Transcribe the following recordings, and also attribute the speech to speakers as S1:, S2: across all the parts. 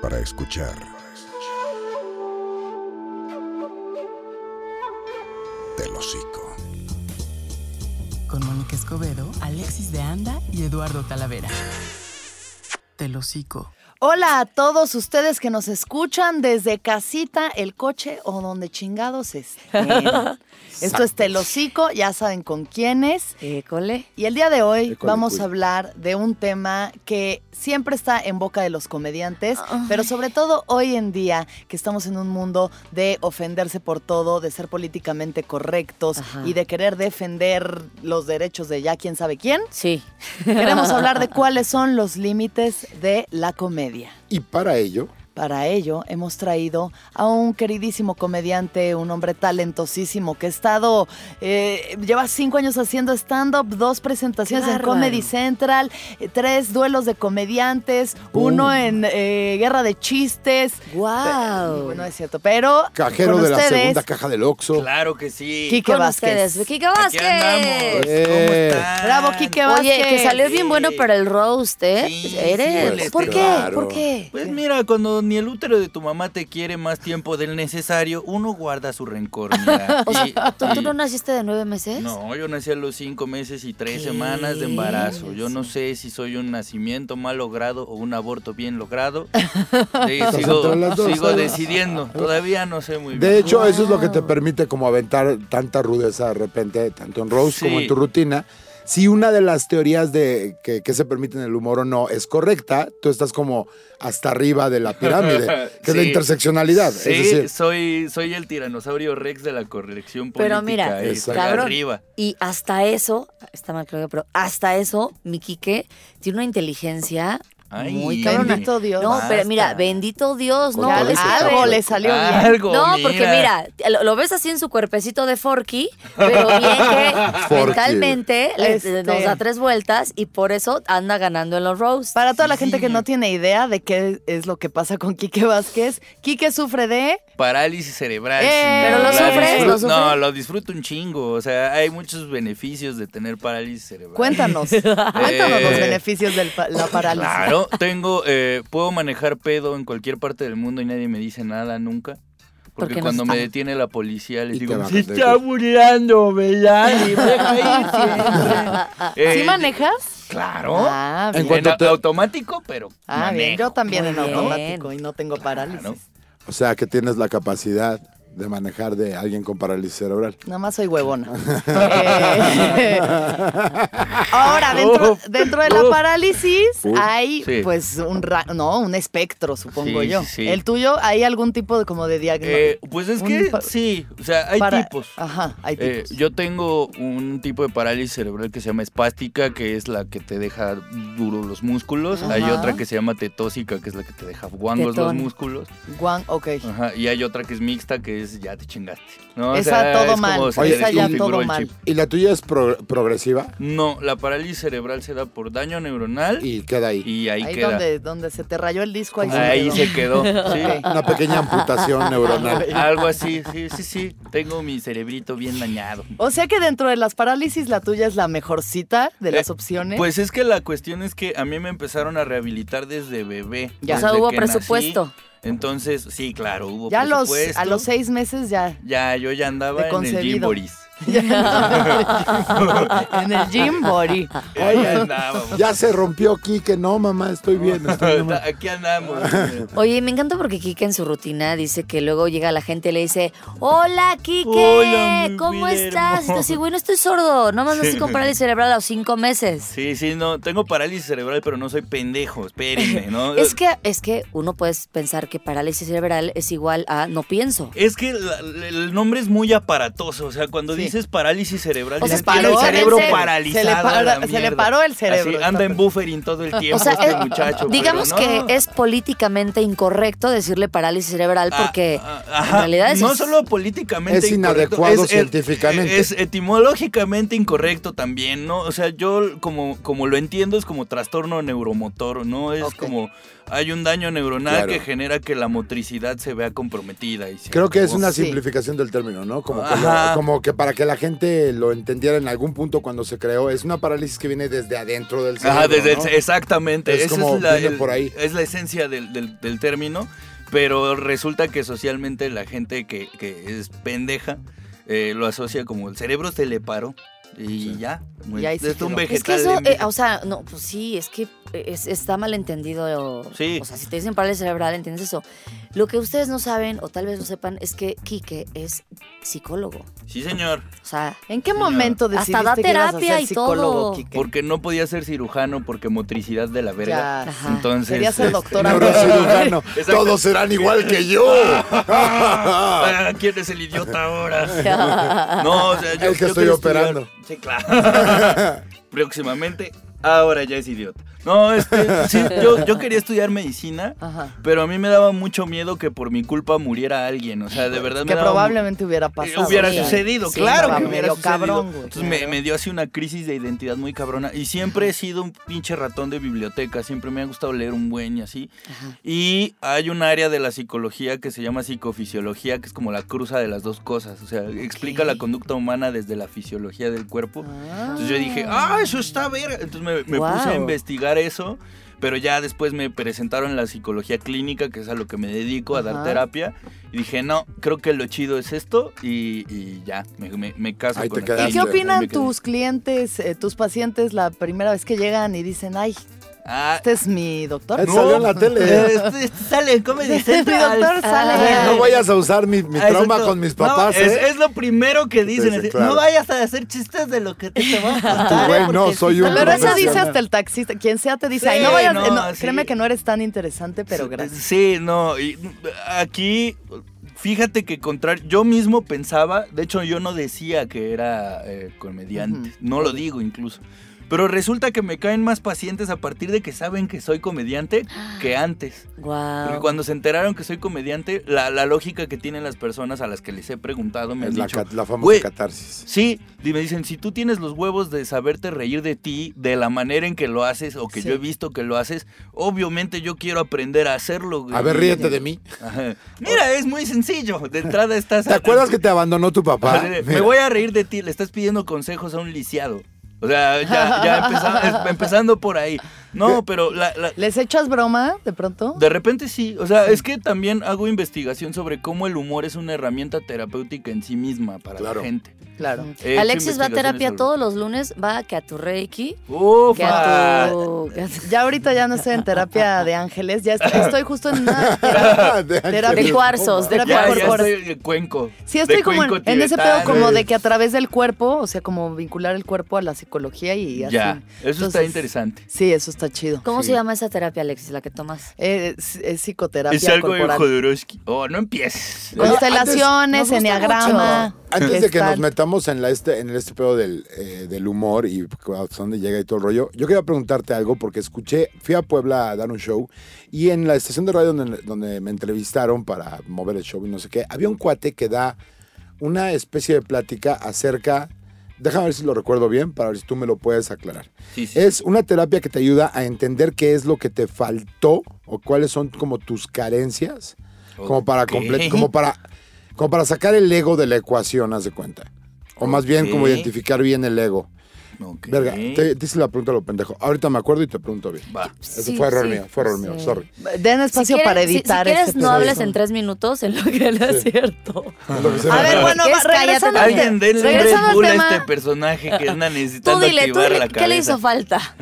S1: para escuchar. Del hocico.
S2: Con Mónica Escobedo, Alexis de Anda y Eduardo Talavera. Del hocico.
S3: Hola a todos ustedes que nos escuchan desde casita, el coche o donde chingados estén. Esto es Telocico, ya saben con quiénes.
S4: École.
S3: Y el día de hoy
S5: École,
S3: vamos
S5: cuy.
S3: a hablar de un tema que siempre está en boca de los comediantes, pero sobre todo hoy en día que estamos en un mundo de ofenderse por todo, de ser políticamente correctos
S4: Ajá.
S3: y de querer defender los derechos de ya quién sabe quién.
S4: Sí.
S3: Queremos hablar de cuáles son los límites de la comedia.
S5: Y para ello,
S3: Para ello hemos traído a un queridísimo comediante, un hombre talentosísimo que ha estado, eh, lleva cinco años haciendo stand-up, dos presentaciones
S4: ¡Qué
S3: en
S4: bárbaro!
S3: Comedy Central, eh, tres duelos de comediantes,
S5: Uh.
S3: uno en eh, Guerra de Chistes.
S4: Wow.
S3: Bueno, es cierto, pero
S5: cajero
S3: con
S5: de la
S3: ustedes,
S5: segunda caja del Oxxo.
S6: Claro que sí.
S3: Quique
S4: Con
S3: Vázquez.
S4: ustedes, Quique
S6: Aquí andamos.
S4: Vázquez.
S6: ¿Cómo
S5: Eh.
S6: están?
S3: Bravo, Quique Vázquez.
S4: Oye, que salió bien bueno para el roast, ¿eh?
S6: Sí,
S4: Eres.
S6: sí,
S4: ¿Por qué?
S5: claro.
S4: ¿Por qué?
S6: Pues mira, cuando ni el útero de tu mamá te quiere más tiempo del necesario, uno guarda su rencor, mira.
S4: O
S6: Y-
S4: sea, ¿tú, tú
S6: y-
S4: no naciste de nueve meses?
S6: No, yo nací a los cinco meses y tres
S4: ¿Qué?
S6: semanas de embarazo. Yo no sé si soy un nacimiento mal logrado o un aborto bien logrado. Sí,
S5: entre
S6: sigo
S5: las dos,
S6: sigo
S5: ¿sabes?
S6: decidiendo. Todavía no sé muy bien.
S5: De hecho, eso es lo que te permite como aventar tanta rudeza de repente, tanto en Rose como
S6: Sí.
S5: en tu rutina. Si una de las teorías de que, que se permite en el humor o no es correcta, tú estás como hasta arriba de la pirámide, que es la
S6: Sí.
S5: interseccionalidad.
S6: Sí,
S5: Es decir,
S6: soy, soy el tiranosaurio rex de la corrección política.
S4: Pero mira,
S6: eh,
S5: Exacto.
S6: para
S4: cabrón.
S6: arriba.
S4: Y hasta eso, está mal que lo diga, pero hasta eso, mi Quique tiene una inteligencia
S6: Ay,
S4: muy
S6: Bendito
S4: cabrona.
S3: Dios.
S4: No, pero mira,
S6: Basta.
S4: bendito Dios,
S5: Con Ah,
S4: no.
S5: todo
S4: es
S5: ese
S4: que-
S3: Algo le salió bien.
S6: Algo,
S4: No, porque mira, lo, lo ves así en su cuerpecito de Forky, pero bien que
S5: Forky.
S4: mentalmente le-
S3: Este.
S4: nos da tres vueltas y por eso anda ganando en los roasts.
S3: Para toda la gente que no tiene idea de qué es lo que pasa con Quique Vázquez, Quique sufre de...
S6: Parálisis cerebral.
S3: ¡Eh!
S6: sí,
S3: ¿Pero lo
S6: la
S4: sufres?
S6: disfruto-
S4: ¿Lo sufres?
S6: No, lo disfruto un chingo. O sea, hay muchos beneficios de tener parálisis cerebral.
S3: Cuéntanos, cuéntanos los
S6: Eh.
S3: beneficios de la parálisis.
S6: Claro, tengo, eh, puedo manejar pedo en cualquier parte del mundo y nadie me dice nada nunca. Porque
S4: Porque no
S6: cuando
S4: está-
S6: me detiene la policía les
S5: Y te
S6: digo,
S5: bajas
S6: se
S5: de-
S6: está burlando, ¿verdad? Y me
S4: Ah,
S6: deja ir siempre".
S3: ¿Sí
S6: Eh,
S3: manejas?
S6: Claro.
S3: Ah,
S5: En
S6: en
S3: bien.
S5: cuanto
S6: au-
S5: te-
S6: automático, pero
S3: Ah,
S6: manejo.
S3: bien. Yo también
S4: Muy
S3: en
S4: bien.
S3: automático y no tengo parálisis.
S6: Claro.
S5: o sea, que tienes la capacidad de manejar de alguien con parálisis cerebral.
S3: Nada más soy huevona. Eh, Ahora, dentro,
S6: Uf,
S3: dentro de la
S6: uf.
S3: parálisis
S5: Uf,
S3: hay
S6: sí.
S3: pues un ra- no, un espectro, supongo
S6: Sí,
S3: yo.
S6: sí, sí.
S3: El tuyo, ¿hay algún tipo de como de
S6: Eh,
S3: diagnóstico?
S6: pues es
S3: Un
S6: que
S3: pa-
S6: sí, o sea, hay
S3: Para-
S6: tipos.
S3: Ajá, hay
S6: Eh,
S3: tipos.
S6: yo tengo un tipo de parálisis cerebral que se llama espástica, que es la que te deja duros los músculos. Hay
S3: Ajá.
S6: otra que se llama tetósica, que es la que te deja guangos los
S4: Tetón.
S6: músculos.
S3: Guan, ok.
S6: Ajá, Y hay otra que es mixta, que es ya te chingaste. ¿no? O
S3: Esa todo
S6: es
S3: mal,
S6: como se
S5: esa ya
S6: desconfiguró
S3: todo
S6: el
S3: mal.
S6: chip.
S5: ¿Y la tuya es pro- progresiva?
S6: No, la parálisis cerebral se da por daño neuronal y,
S5: Y queda ahí.
S6: ahí,
S3: Ahí
S6: queda.
S3: donde, donde se te rayó el disco, ahí, se
S6: Ahí
S3: quedó.
S6: se quedó. sí.
S3: Ok.
S5: Una pequeña amputación neuronal.
S6: Algo así, sí, sí, sí. Tengo mi cerebrito bien dañado.
S3: O sea que dentro de las parálisis la tuya es la mejorcita de las
S6: Eh,
S3: opciones.
S6: Pues es que la cuestión es que a mí me empezaron a rehabilitar desde bebé.
S3: Ya.
S4: o sea,
S6: desde
S4: hubo
S6: que nací.
S4: presupuesto.
S6: Entonces, sí, claro, hubo
S3: ya a los,
S6: presupuesto.
S3: a los seis meses ya.
S6: Ya, yo ya andaba
S3: De
S6: en el
S3: concebido.
S6: Gimboris.
S3: en el gym body.
S6: Ahí andábamos.
S5: Ya se rompió Quique. No, mamá, estoy bien. Estoy bien. mamá.
S6: Aquí andamos.
S4: Oye, me encanta porque Kike en su rutina dice que luego llega la gente y le dice, hola Kike,
S6: Hola, mi
S4: ¿cómo
S6: vida
S4: estás? Y tú
S6: hermosa.
S4: así, bueno, estoy sordo, nomás nací con parálisis cerebral a los cinco meses.
S6: Sí, sí, no, tengo parálisis cerebral, pero no soy pendejo, espérenme, ¿no?
S4: Es que, es que uno puede pensar que parálisis cerebral es igual a no pienso.
S6: Es que la- el nombre es muy aparatoso, o sea, cuando
S3: Sí.
S6: dices parálisis cerebral,
S4: O sea,
S6: dices, tiene el
S4: paró,
S6: cerebro
S4: se- se le
S6: paralizado.
S3: para-
S6: a la
S3: se le
S6: mierda.
S3: paró el cerebro.
S6: Así, anda en buffering todo el tiempo
S4: O sea,
S6: este
S4: es-
S6: muchacho.
S4: digamos
S6: pero no.
S4: que es políticamente incorrecto decirle parálisis cerebral
S6: Ah,
S4: porque
S6: ah,
S4: en
S6: ajá.
S4: realidad es...
S6: no solo políticamente
S5: es
S6: incorrecto,
S5: inadecuado
S6: es-
S5: científicamente.
S6: es etimológicamente incorrecto también no o sea yo como como lo entiendo es como trastorno neuromotor no es
S3: Ok.
S6: como hay un daño neuronal
S5: Claro.
S6: que genera que la motricidad se vea comprometida y se
S5: Creo que es una
S3: Sí.
S5: simplificación del término, ¿no? Como que, lo-
S6: Ajá.
S5: como que para que que la gente lo entendiera en algún punto cuando se creó, es una parálisis que viene desde adentro del cerebro.
S6: Ajá, desde-
S5: ¿no?
S6: exactamente.
S5: Es
S6: Esa
S5: como
S6: es la,
S5: viene
S6: el-
S5: por ahí.
S6: es la esencia del, del- del término, pero resulta que socialmente la gente que, que es pendeja eh, lo asocia como el cerebro se le paró y ya.
S3: Y ahí se
S6: es un
S3: quedó.
S6: vegetal.
S4: Es que eso,
S6: en-
S4: eh, o sea, no, pues sí, es que es- está malentendido.
S6: Sí.
S4: O sea, si te dicen parálisis cerebral, entiendes eso. Lo que ustedes no saben, o tal vez no sepan, es que Quique es psicólogo.
S6: Sí, señor.
S4: O sea,
S3: ¿En qué
S6: Señora.
S3: momento
S4: Hasta
S3: decidiste
S4: da
S3: que ibas a
S4: terapia
S3: ser
S4: y
S3: psicólogo,
S4: todo.
S3: Quique?
S6: Porque no podía ser cirujano porque motricidad de la verga.
S3: Ya.
S4: Ajá.
S6: Entonces,
S3: Quería ser
S6: este,
S3: doctora.
S5: Neurocirujano.
S6: Exacto.
S5: Todos serán igual que yo.
S6: Ah, ¿Quién es el idiota ahora? No, o sea, yo,
S5: El que
S6: yo
S5: estoy
S6: quiero estudiar-
S5: operando.
S6: Sí, claro. Próximamente, ahora ya es idiota. No, este, sí, yo, yo quería estudiar medicina,
S3: Ajá.
S6: pero a mí me daba mucho miedo que por mi culpa muriera alguien. O sea, de verdad me
S3: Que
S6: daba mu-
S3: probablemente hubiera
S6: eh,
S3: pasado.
S6: hubiera
S3: Sí.
S6: sucedido,
S3: Sí,
S6: claro
S3: estaba
S6: que hubiera
S3: medio
S6: sucedido.
S3: cabrón, güey.
S6: Entonces me, me dio así una crisis de identidad muy cabrona. Y siempre he sido un pinche ratón de biblioteca. Siempre me ha gustado leer un buen y así. Y hay un área de la psicología que se llama psicofisiología, que es como la cruza de las dos cosas. O sea, explica la conducta humana desde la fisiología del cuerpo. Entonces yo dije, ah, eso está verga. Entonces me, me puse a
S4: Guau.
S6: investigar eso. Pero ya después me presentaron la psicología clínica, que es a lo que me dedico, a
S3: Ajá.
S6: dar terapia. Y dije, no, creo que lo chido es esto. Y, y ya, me, me- me caso
S5: Ahí
S6: con
S5: te
S6: esto.
S5: quedaste.
S3: ¿Y qué
S5: Ahí me
S3: opinan
S6: quedé.
S3: tus clientes, eh, tus pacientes la primera vez que llegan y dicen, ay,
S6: Ah,
S3: este es mi doctor?
S5: Él salió en la tele. ¿eh?
S6: este- este sale en Comedy
S3: Este es mi
S6: Central.
S3: doctor, sale.
S5: No vayas a usar mi, mi
S6: Ah,
S5: trauma
S6: exacto.
S5: con mis
S6: No,
S5: papás,
S6: es,
S5: ¿eh?
S6: es lo primero que dicen.
S5: Sí, sí,
S6: así,
S5: claro.
S6: No vayas a hacer chistes de lo que te, te voy a
S5: Tu
S6: contar.
S5: güey,
S6: ¿eh?
S5: no,
S6: Porque
S5: soy
S6: sí
S5: un
S6: está-
S3: Pero eso dice
S5: profesional.
S3: hasta el taxista, quien sea te dice,
S6: Sí,
S3: ay, no vayas,
S6: no,
S3: eh, no,
S6: sí.
S3: créeme que no eres tan interesante, pero gracias.
S6: Sí, no. y aquí, fíjate que contrario, yo mismo pensaba, de hecho yo no decía que era eh, comediante,
S3: Ujú.
S6: no lo digo incluso. Pero resulta que me caen más pacientes a partir de que saben que soy comediante que antes. Porque
S4: wow.
S6: cuando se enteraron que soy comediante, la, la lógica que tienen las personas a las que les he preguntado me han
S5: Es la,
S6: dicho,
S5: cat- la famosa
S6: "Güey,
S5: catarsis.
S6: Sí, y me dicen, si tú tienes los huevos de saberte reír de ti, de la manera en que lo haces o que
S3: Sí.
S6: yo he visto que lo haces, obviamente yo quiero aprender a hacerlo. güey".
S5: A ver, ríete de mí.
S6: Ajá. Mira, es muy sencillo. De entrada estás...
S5: ¿Te acuerdas que te abandonó tu papá?
S6: Me
S5: Mira.
S6: voy a reír de ti, le estás pidiendo consejos a un lisiado. O sea, ya, ya empezando, empezando por ahí. No, pero la- la,
S3: ¿Les echas broma de pronto?
S6: de repente sí, o sea, es que también hago investigación sobre cómo el humor es una herramienta terapéutica en sí misma para
S5: Claro.
S6: la gente.
S3: Claro.
S6: He
S4: Alexis
S6: hecho
S4: va a
S6: eh, investigaciones
S4: terapia
S6: sobre-
S4: todos los lunes, va que a tu Reiki, que
S6: Ufa.
S4: a tu... que a tu-
S3: Ya ahorita ya no estoy en terapia de ángeles, ya est- estoy, justo en una
S4: De
S3: terapia.
S4: cuarzos, de
S3: Ya,
S6: Ya,
S3: por-
S6: ya
S4: cuarzos.
S3: por-
S6: estoy de cuenco.
S3: Sí, estoy
S6: de
S3: como en,
S6: cuenco
S3: en ese pedo
S6: tibetano.
S3: como
S5: Sí.
S3: de que a través del cuerpo, o sea, como vincular el cuerpo a la psicología y así.
S6: Ya, eso está
S3: Entonces,
S6: interesante.
S3: Sí, eso está chido.
S4: ¿Cómo se llama esa terapia, Alexis, la que tomas?
S3: Eh, Es, es psicoterapia
S6: Es algo de
S3: corporal.
S6: Jodorowsky. Oh, no empieces.
S5: Oye,
S3: Constelaciones,
S4: antes- nos gusta
S3: enneagrama.
S5: Antes de que nos
S3: gestal.
S5: metamos en, la este, en este pedo del, eh, del humor y hasta dónde llega y todo el rollo, yo quería preguntarte algo porque escuché, fui a Puebla a dar un show y en la estación de radio donde, donde me entrevistaron para mover el show y no sé qué, había un cuate que da una especie de plática acerca, déjame ver si lo recuerdo bien para ver si tú me lo puedes aclarar.
S6: Sí, sí.
S5: Es una terapia que te ayuda a entender qué es lo que te faltó o cuáles son como tus carencias, como para
S6: Ok.
S5: comple- como para como para sacar el ego de la ecuación, haz de cuenta. O más bien como
S6: Ok.
S5: identificar bien el ego.
S6: Ok.
S5: Verga, te, te hice la pregunta a lo pendejo. Ahorita me acuerdo y te pregunto bien.
S6: Va.
S5: Eso
S4: Sí,
S5: fue error
S4: sí,
S5: mío, fue error mío,
S4: sí.
S5: sorry.
S3: Den espacio
S4: quieres-
S3: para
S4: si- si
S3: editar
S4: quieres,
S3: este
S4: no
S3: pedazo.
S4: hables en tres minutos en lo que no es cierto.
S5: Es lo que se me
S3: A ver,
S5: ocurre.
S3: bueno,
S4: ¿Qué
S3: va,
S4: es? Cállate,
S3: regresando al
S6: Alguien
S3: tema.
S6: denle un
S4: Regresando
S6: Red
S4: al
S6: Bull a
S4: tema.
S6: este personaje que anda
S4: Tú
S6: necesitando
S4: dile, tú
S6: activar
S4: dile,
S6: la
S4: ¿qué le hizo
S6: cabeza.
S4: falta?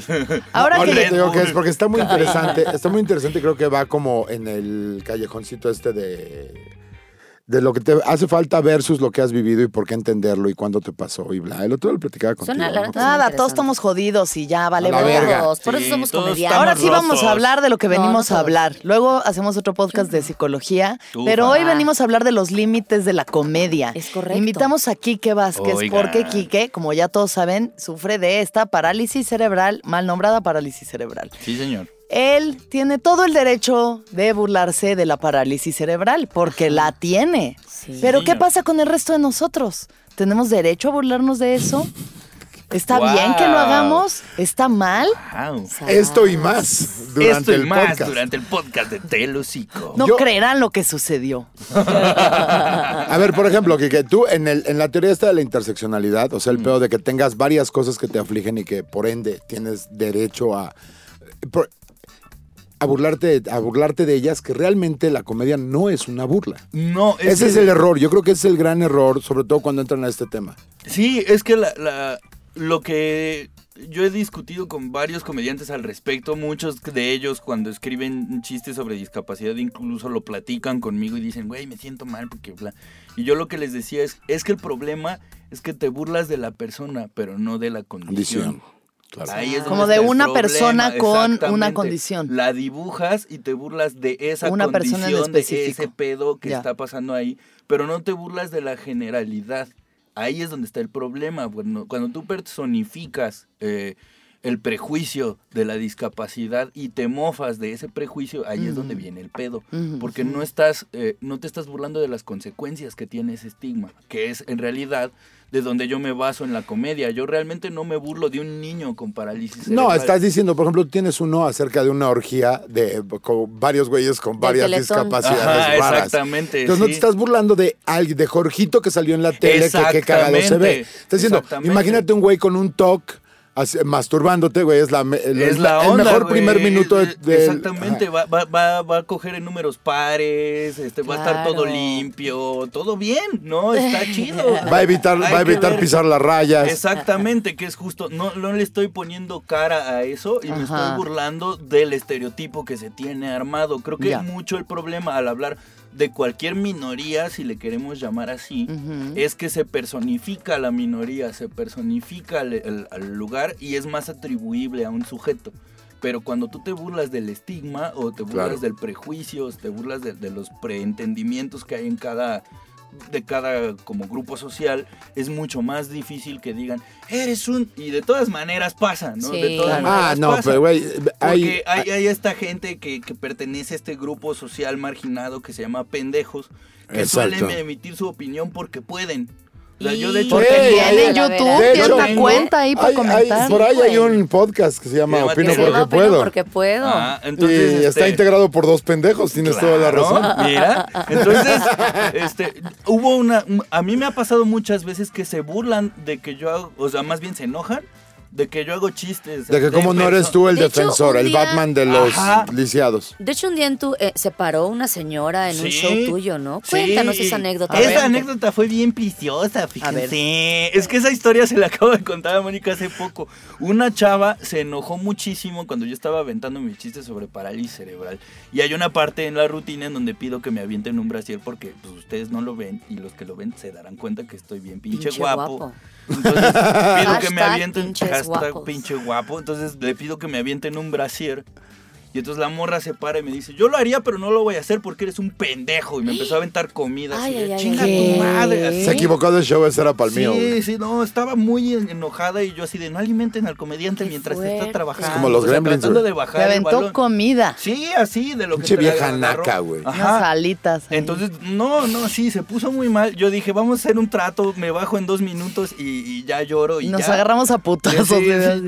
S3: Ahora
S5: Ahorita
S3: que
S5: te digo que es
S6: Bull.
S5: porque está muy interesante, está muy interesante, creo que va como en el callejoncito este de de lo que te hace falta versus lo que has vivido y por qué entenderlo y cuándo te pasó y bla. El otro lo platicaba contigo.
S4: Suena la
S5: ¿no?
S4: neta-
S3: Nada,
S4: interesante.
S3: todos estamos jodidos y ya vale
S5: A la
S3: verga.
S5: verga.
S4: Todos, por eso
S6: Sí,
S4: somos
S6: todos
S4: comediantes.
S6: estamos
S3: Ahora sí vamos
S6: rotos.
S3: a hablar de lo que
S4: No,
S3: venimos
S4: no
S3: a
S4: todos.
S3: hablar. Luego hacemos otro podcast de psicología,
S6: Ufa.
S3: pero hoy venimos a hablar de los límites de la comedia.
S4: Es correcto.
S3: Invitamos a Quique Vázquez
S6: Oigan.
S3: porque Quique, como ya todos saben, sufre de esta parálisis cerebral, mal nombrada parálisis cerebral.
S6: Sí, señor.
S3: Él tiene todo el derecho de burlarse de la parálisis cerebral porque la tiene.
S4: Sí.
S3: Pero ¿qué
S6: Señor.
S3: pasa con el resto de nosotros? ¿Tenemos derecho a burlarnos de eso? ¿Está
S6: Wow.
S3: bien que lo hagamos? ¿Está mal?
S6: Wow.
S5: Esto y más durante
S6: Esto y
S5: el
S6: más
S5: podcast.
S6: durante el podcast de Telocico.
S3: No
S5: Yo-
S3: creerán lo que sucedió.
S6: Pues,
S5: A ver, por ejemplo, que, que tú en, el, en la teoría esta de la interseccionalidad, o sea, el
S6: Mm.
S5: peor de que tengas varias cosas que te afligen y que por ende tienes derecho a, por- a, burlarte, a burlarte de ellas, que realmente la comedia no es una burla.
S6: No, es
S5: Ese
S6: que-
S5: es el error, yo creo que ese es el gran error, sobre todo cuando entran a este tema.
S6: Sí, es que la, la- lo que yo he discutido con varios comediantes al respecto, muchos de ellos cuando escriben un chiste sobre discapacidad incluso lo platican conmigo y dicen, güey, me siento mal porque... bla". Y yo lo que les decía es, es que el problema es que te burlas de la persona, pero no de la condición.
S5: Condición. Claro.
S6: Ahí es
S3: Ah. Como
S6: donde
S3: de
S6: está el
S3: una
S6: problema,
S3: persona con
S6: exactamente.
S3: una condición.
S6: La dibujas y te burlas de esa
S3: Una
S6: condición,
S3: persona en
S6: de ese
S3: específico.
S6: pedo que
S3: Ya.
S6: está pasando ahí, pero no te burlas de la generalidad. Ahí es donde está el problema. Bueno, cuando tú personificas eh, el prejuicio de la discapacidad y te mofas de ese prejuicio, ahí es donde viene el pedo.
S3: Ujú.
S6: Porque no estás, eh, no te estás burlando de las consecuencias que tiene ese estigma, que es en realidad de donde yo me baso en la comedia. Yo realmente no me burlo de un niño con parálisis.
S5: No,
S6: cerebral.
S5: estás diciendo, por ejemplo, tienes uno acerca de una orgía de con varios güeyes con varias
S4: Teletón.
S5: discapacidades
S6: Ajá,
S5: raras.
S6: exactamente,
S5: Entonces no te
S6: sí.
S5: estás burlando de alguien, de Jorgito que salió en la tele, que qué
S6: Exactamente,
S5: cagado se ve. Estás diciendo,
S6: exactamente.
S5: imagínate un güey con un toc así, masturbándote, güey, es la, me- el,
S6: Es la
S5: el
S6: onda,
S5: mejor
S6: güey. Eh,
S5: primer minuto de, del-
S6: Exactamente,
S5: Ajá.
S6: va, va- va- va a coger en números pares, este, va a estar todo
S4: Claro.
S6: limpio, todo bien, ¿no? Está chido.
S5: Va a evitar,
S6: Hay
S5: va a
S6: que
S5: evitar
S6: ver.
S5: pisar las rayas.
S6: Exactamente, que es justo. No, no le estoy poniendo cara a eso y me
S3: Ajá.
S6: estoy burlando del estereotipo que se tiene armado. Creo que
S3: Ya.
S6: es mucho el problema al hablar de cualquier minoría, si le queremos llamar así, es que se personifica a la minoría, se personifica al, al- al lugar y es más atribuible a un sujeto. Pero cuando tú te burlas del estigma o te burlas
S5: Claro.
S6: del prejuicio, o te burlas de, de los preentendimientos que hay en cada de cada como grupo social es mucho más difícil que digan eres un y de todas maneras pasa no
S4: Sí.
S6: de todas
S4: Claro.
S5: Ah,
S6: maneras
S5: no,
S6: pasa.
S5: pero güey, hay,
S6: Porque hay, hay esta gente que, que pertenece a este grupo social marginado que se llama pendejos, que
S5: Exacto.
S6: suelen emitir su opinión porque pueden. O sea, yo de hecho
S5: Porque
S6: tengo-
S5: tienen
S3: Tiene
S5: Ay,
S3: en
S5: la
S3: YouTube,
S5: De
S3: tiene
S5: hecho,
S3: una
S6: tengo-
S3: cuenta ahí para
S5: hay- hay-
S3: comentar.
S5: por ahí hay
S4: güey.
S5: un podcast que se llama
S6: Se llama
S5: Opino
S6: Que se
S5: porque
S6: llama
S4: Opino
S5: puedo.
S4: Porque puedo.
S6: Ah,
S5: y
S6: entonces
S5: está
S6: este,
S5: integrado por dos pendejos, tienes toda la
S6: Claro,
S5: razón.
S6: Mira, entonces, este, hubo una, a mí me ha pasado muchas veces que se burlan de que yo hago, o sea, más bien se enojan de que yo hago chistes.
S5: De que como no eres tú el
S4: De hecho,
S5: defensor,
S4: un
S5: el
S4: día-
S5: Batman de los
S6: Ajá.
S5: lisiados.
S4: De hecho, un día en tu, eh, se paró una señora en un
S6: Sí,
S4: show tuyo, ¿no?
S6: sí.
S4: Cuéntanos esa anécdota.
S6: Esa
S4: A ver.
S6: anécdota fue bien piciosa, fíjense. Es que esa historia se la acabo de contar a Mónica hace poco. Una chava se enojó muchísimo cuando yo estaba aventando mis chistes sobre parálisis cerebral. Y hay una parte en la rutina en donde pido que me avienten un brasier porque pues, ustedes no lo ven y los que lo ven se darán cuenta que estoy bien pinche,
S4: Pinche
S6: guapo.
S4: guapo.
S6: Entonces pido que me
S4: Hashtag
S6: avienten
S4: pinches
S6: hashtag
S4: guapos.
S6: pinche guapo. Entonces le pido que me avienten un brasier. Y entonces la morra se para y me dice, yo lo haría, pero no lo voy a hacer porque eres un pendejo. Y me empezó a aventar comida.
S4: Ay,
S6: así de,
S4: ay, ay,
S6: Chinga
S4: ay,
S6: tu madre.
S3: ay.
S6: así.
S5: Se equivocó de show, ese era para el mío. güey.
S6: Sí, sí, no, estaba muy en- enojada y yo así de, no alimenten al comediante
S4: Qué
S6: mientras
S4: fuerte.
S6: está trabajando.
S4: Es
S5: como los
S6: O sea,
S5: gremlins,
S6: tratando
S5: güey.
S6: de
S3: Te
S6: bajar el
S3: aventó
S6: balón.
S3: comida.
S6: Sí, así, de lo que
S5: Pinche
S6: te
S5: vieja
S6: agarró.
S5: naca, güey.
S3: Unas alitas. ahí.
S6: Entonces, no, no, sí, se puso muy mal. Yo dije, vamos a hacer un trato, me bajo en dos minutos y, y ya lloro. Y
S3: Nos
S6: ya.
S3: agarramos a putazos.
S6: Sí, sí,
S3: ¿verdad?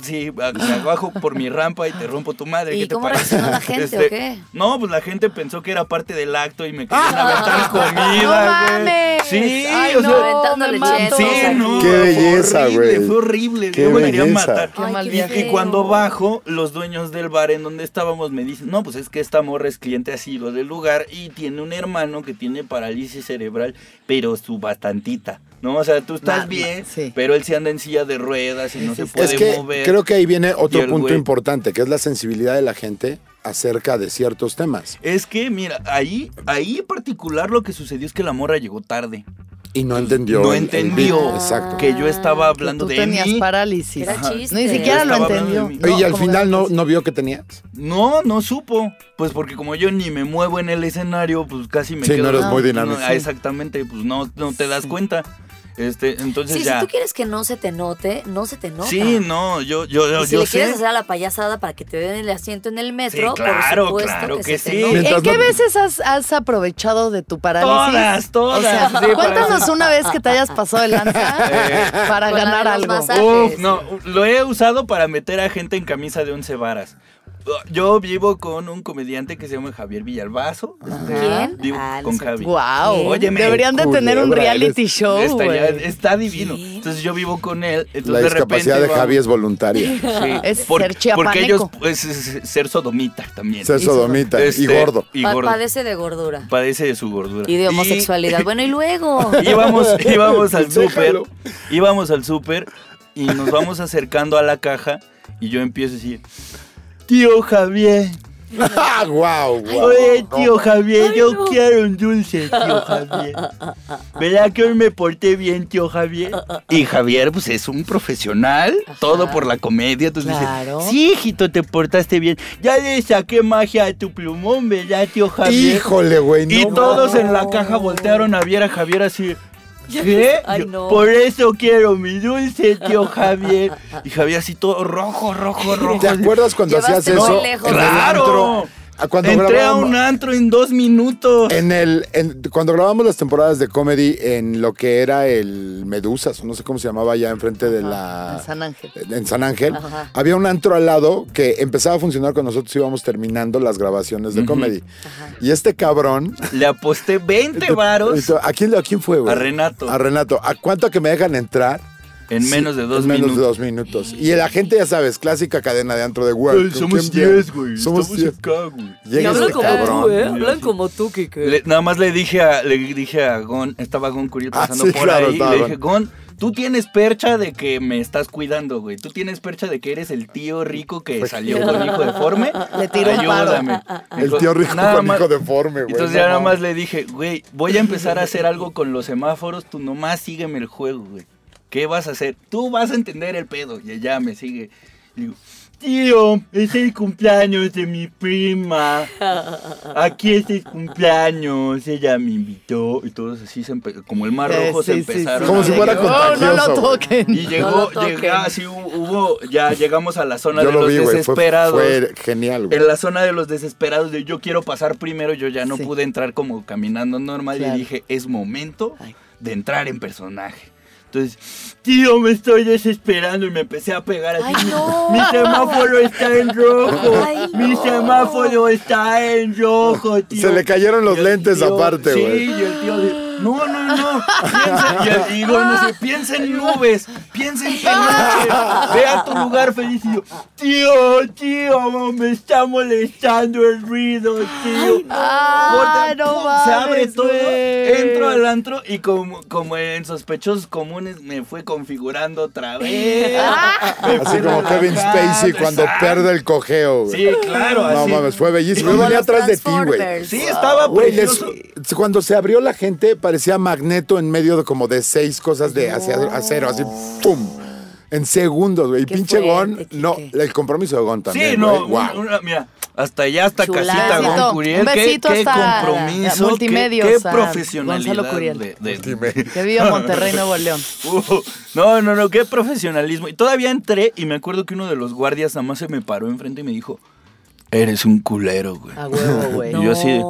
S6: sí, sí, a- abajo por mi rampa y te rompo tu
S4: ¿Y
S6: madre. ¿qué te
S4: cómo
S6: parece?
S4: reaccionó la gente, o qué? Ah,
S6: No, pues la gente pensó que era parte del acto y me querían aventar comida,
S3: ¡No
S6: güey.
S3: mames!
S6: Sí,
S3: Ay,
S6: o
S3: no,
S6: sea,
S4: Aventándole
S3: me mato.
S4: chetos
S6: Sí,
S4: aquí.
S6: no.
S5: Qué
S6: fue
S5: belleza,
S6: horrible,
S5: güey.
S6: Fue horrible.
S5: Qué
S6: yo me quería
S5: belleza.
S6: matar.
S3: Qué mal
S4: qué
S3: viaje.
S6: Y, y
S4: feo.
S6: cuando bajo, los dueños del bar en donde estábamos me dicen, no, pues es que esta morra es cliente asilo del lugar y tiene un hermano que tiene parálisis cerebral, pero su bastantita. ¿No? O sea, tú estás
S3: Ma-
S6: bien,
S3: ma- sí.
S6: pero él se anda en silla de ruedas y no
S3: Sí,
S6: se
S3: sí,
S6: puede
S5: es que
S6: mover.
S5: creo que ahí viene
S6: Y
S5: otro
S6: el
S5: punto
S6: güey-
S5: importante, que es la sensibilidad de la gente acerca de ciertos temas.
S6: Es que, mira, ahí, ahí en particular lo que sucedió es que la morra llegó tarde.
S5: Y no entendió.
S6: No
S5: el- el
S6: entendió.
S5: beat, Exacto.
S6: Que yo estaba hablando
S3: tú
S6: de
S3: tenías
S6: mí.
S3: parálisis.
S4: Era chiste.
S3: Ni siquiera
S6: Yo
S3: lo
S6: estaba hablando
S3: entendió.
S6: de mí.
S5: Oye, y al
S3: como
S5: final
S3: de-
S5: no, no vio que tenías.
S6: No, no supo. Pues porque como yo ni me muevo en el escenario, pues casi me
S5: Sí,
S6: quedo.
S5: no eres muy dinámico.
S6: ah, exactamente, pues no, no te das cuenta. Este, entonces
S4: Sí,
S6: ya.
S4: si tú quieres que no se te note, no se te nota.
S6: sí, no, yo, yo, yo,
S4: Y si
S6: yo
S4: le
S6: sé.
S4: quieres hacer a la payasada para que te den el asiento en el metro,
S6: claro,
S4: por supuesto
S6: claro
S4: que,
S6: que
S4: se
S6: sí.
S4: te nota.
S5: Mientras
S3: ¿En qué
S5: no-
S3: veces has, has aprovechado de tu parálisis?
S6: Todas, todas.
S3: O sea,
S6: Sí, para- Eh,
S3: cuéntanos una vez que te hayas pasado el lanza para
S4: Con la de
S3: ganar
S4: los
S3: algo.
S4: masajes.
S6: Uf, no, lo he usado para meter a gente en camisa de once varas. Yo vivo con un comediante que se llama Javier Villalbazo. este,
S4: ¿Quién?
S6: vivo
S4: Ah, no
S6: con
S4: sé.
S6: Javi.
S3: Wow.
S6: Óyeme,
S3: Deberían de tener un
S5: culebra,
S3: reality show.
S6: Estaría-
S3: güey.
S6: está divino.
S4: ¿Quién?
S6: Entonces yo vivo con él. Entonces
S5: La
S6: de
S5: discapacidad de
S6: repente
S5: Javi
S6: vamos-
S5: es voluntaria.
S6: Sí,
S3: Es ser chiapaneco.
S6: Porque ellos pues, es es ser sodomita también.
S5: Ser sodomita y
S6: Este,
S5: gordo.
S6: Y
S4: Pa-
S6: gordo.
S4: Padece de gordura
S6: Padece de su gordura.
S4: y de homosexualidad. Bueno, y luego.
S6: Y- Íbamos, íbamos al súper.
S5: Déjalo.
S6: Íbamos al súper y nos vamos acercando a la caja y yo empiezo a decir, tío Javier.
S5: ¡Ah, guau, guau!
S6: Oye, tío Javier, yo quiero un dulce, tío Javier. ¿Verdad que hoy me porté bien, tío Javier? Y Javier, pues es un profesional, todo por la comedia. Entonces
S3: Claro.
S6: dice, sí, hijito, te portaste bien. Ya le saqué magia a tu plumón, ¿verdad, tío Javier?
S5: Híjole, güey.
S6: y
S5: no
S6: todos
S5: mames.
S6: en la caja voltearon a ver a Javier así. ¿Qué?
S4: Ay,
S6: Yo,
S4: no.
S6: Por eso quiero mi dulce, tío Javier. Y Javier así todo rojo, rojo, rojo.
S5: ¿Te acuerdas cuando
S4: Llevaste
S5: hacías
S4: muy
S5: eso?
S4: lejos.
S5: en el
S6: ¡Claro!
S5: antro? Ah, Cuando
S6: Entré a
S5: grabábamos- Eh,
S6: un antro en dos minutos.
S5: En el, en- cuando grabamos las temporadas de comedy en lo que era el Medusas, o no sé cómo se llamaba allá enfrente de la... eh,
S3: En San Ángel.
S5: en San Ángel,
S4: Ajá.
S5: había un antro al lado que empezaba a funcionar cuando nosotros íbamos terminando las grabaciones de comedy. Y este cabrón...
S6: Le aposté 20 varos
S5: ¿A quién, le- ¿A quién fue, güey?
S6: A Renato.
S5: A Renato. ¿A cuánto que me dejan entrar?
S6: en menos
S5: Sí,
S6: de dos
S5: en menos
S6: minutos.
S5: de dos minutos. Y la gente, ya sabes, clásica cadena de antro de World.
S6: Güey, somos 10, güey.
S5: Somos
S6: Estamos
S5: 10.
S6: acá, güey.
S5: Llega este cabrón.
S6: ¿eh? Hablan
S4: como tú, Kike.
S6: Le- nada más le dije a, le dije a Gon, estaba Gon Curiel
S5: Ah,
S6: pasando
S5: sí,
S6: por
S5: claro,
S6: ahí. y
S5: estaba
S6: Le dije,
S5: Gon.
S6: Gon, tú tienes percha de que me estás cuidando, güey. Tú tienes percha de que eres el tío rico que salió con hijo deforme.
S3: Le tiró un paro. Ah,
S6: Ayúdame.
S5: Pues, El tío rico
S6: Nada
S5: con
S6: más-
S5: hijo deforme, güey.
S6: Entonces
S5: no
S6: ya nada
S5: mames.
S6: más le dije, güey, voy a empezar a hacer algo con los semáforos, tú nomás sígueme el juego, güey. ¿Qué vas a hacer? Tú vas a entender el pedo. Y ella me sigue. Y digo, tío, es el cumpleaños de mi prima. Aquí es el cumpleaños, ella me invitó. Y todos así, se empe- como el mar
S3: Eh,
S6: rojo, se
S3: sí, sí,
S6: empezaron.
S3: sí. Oh,
S5: Como
S6: a
S5: si
S6: ver.
S5: fuera
S3: No, No,
S5: contagioso,
S3: lo
S5: güey.
S3: toquen.
S6: Y llegó,
S4: lo toquen.
S6: llegó, así hubo, ya llegamos a la zona
S5: Yo
S6: de
S5: lo
S6: los
S5: vi, güey. Fue,
S6: desesperados.
S5: fue genial, güey.
S6: En la zona de los desesperados de yo quiero pasar primero, yo ya no
S3: Sí.
S6: pude entrar como caminando normal
S3: Claro.
S6: y dije, es momento
S3: Ay.
S6: de entrar en personaje. Entonces, tío, me estoy desesperando y me empecé a pegar así.
S4: Ay,
S6: mi-
S4: no.
S6: Mi semáforo está en rojo.
S4: Ay,
S6: mi
S4: no.
S6: semáforo está en rojo, tío.
S5: Se le cayeron los
S6: Y el
S5: lentes aparte, güey.
S6: Sí, y el tío de, no, no, no. Piensa, y el- y luego no sé, piensa en nubes, piensa en peluche, ve a tu lugar feliz y yo, tío, tío, me está molestando el ruido, tío. Corta,
S3: Ay, no
S6: pum, se abre
S3: mames,
S6: todo,
S3: güey.
S6: entro al antro y como, como en sospechosos comunes me fue configurando otra vez.
S3: Ah.
S6: Me
S5: Así
S6: fui
S5: como Kevin
S6: relajando,
S5: Spacey cuando
S6: exacto.
S5: pierde el cojeo, güey.
S6: Sí, claro,
S5: No
S6: así.
S5: mames, fue bellísimo. Yo
S4: Como
S5: venía
S4: los
S5: atrás de ti, güey.
S4: Transformers.
S6: Sí, estaba
S5: Güey, les-
S6: precioso.
S5: cuando se abrió la gente, parecía magneto en medio de como de seis cosas de hacia acero, así, ¡pum! En segundos, güey. Y
S4: Qué
S5: pinche Gon,
S4: fuerte,
S5: no,
S4: Quique.
S5: el compromiso de Gon también.
S6: Sí, no,
S5: güey. Guau.
S6: un- una- mira, hasta allá, hasta
S4: Chulada.
S6: casita
S3: Besito,
S6: Gon Curiel,
S3: un
S6: qué-
S3: besito
S6: qué,
S3: hasta
S6: compromiso,
S3: Multimedios,
S6: qué,
S3: a
S6: qué profesionalidad
S3: Gonzalo Curiel.
S6: de- de-
S3: Que viva Monterrey, Nuevo León.
S6: Uh, no, no, no, qué profesionalismo. Y todavía entré y me acuerdo que uno de los guardias nada más se me paró enfrente y me dijo, eres un culero, güey.
S3: A huevo, güey.
S6: Y yo así de,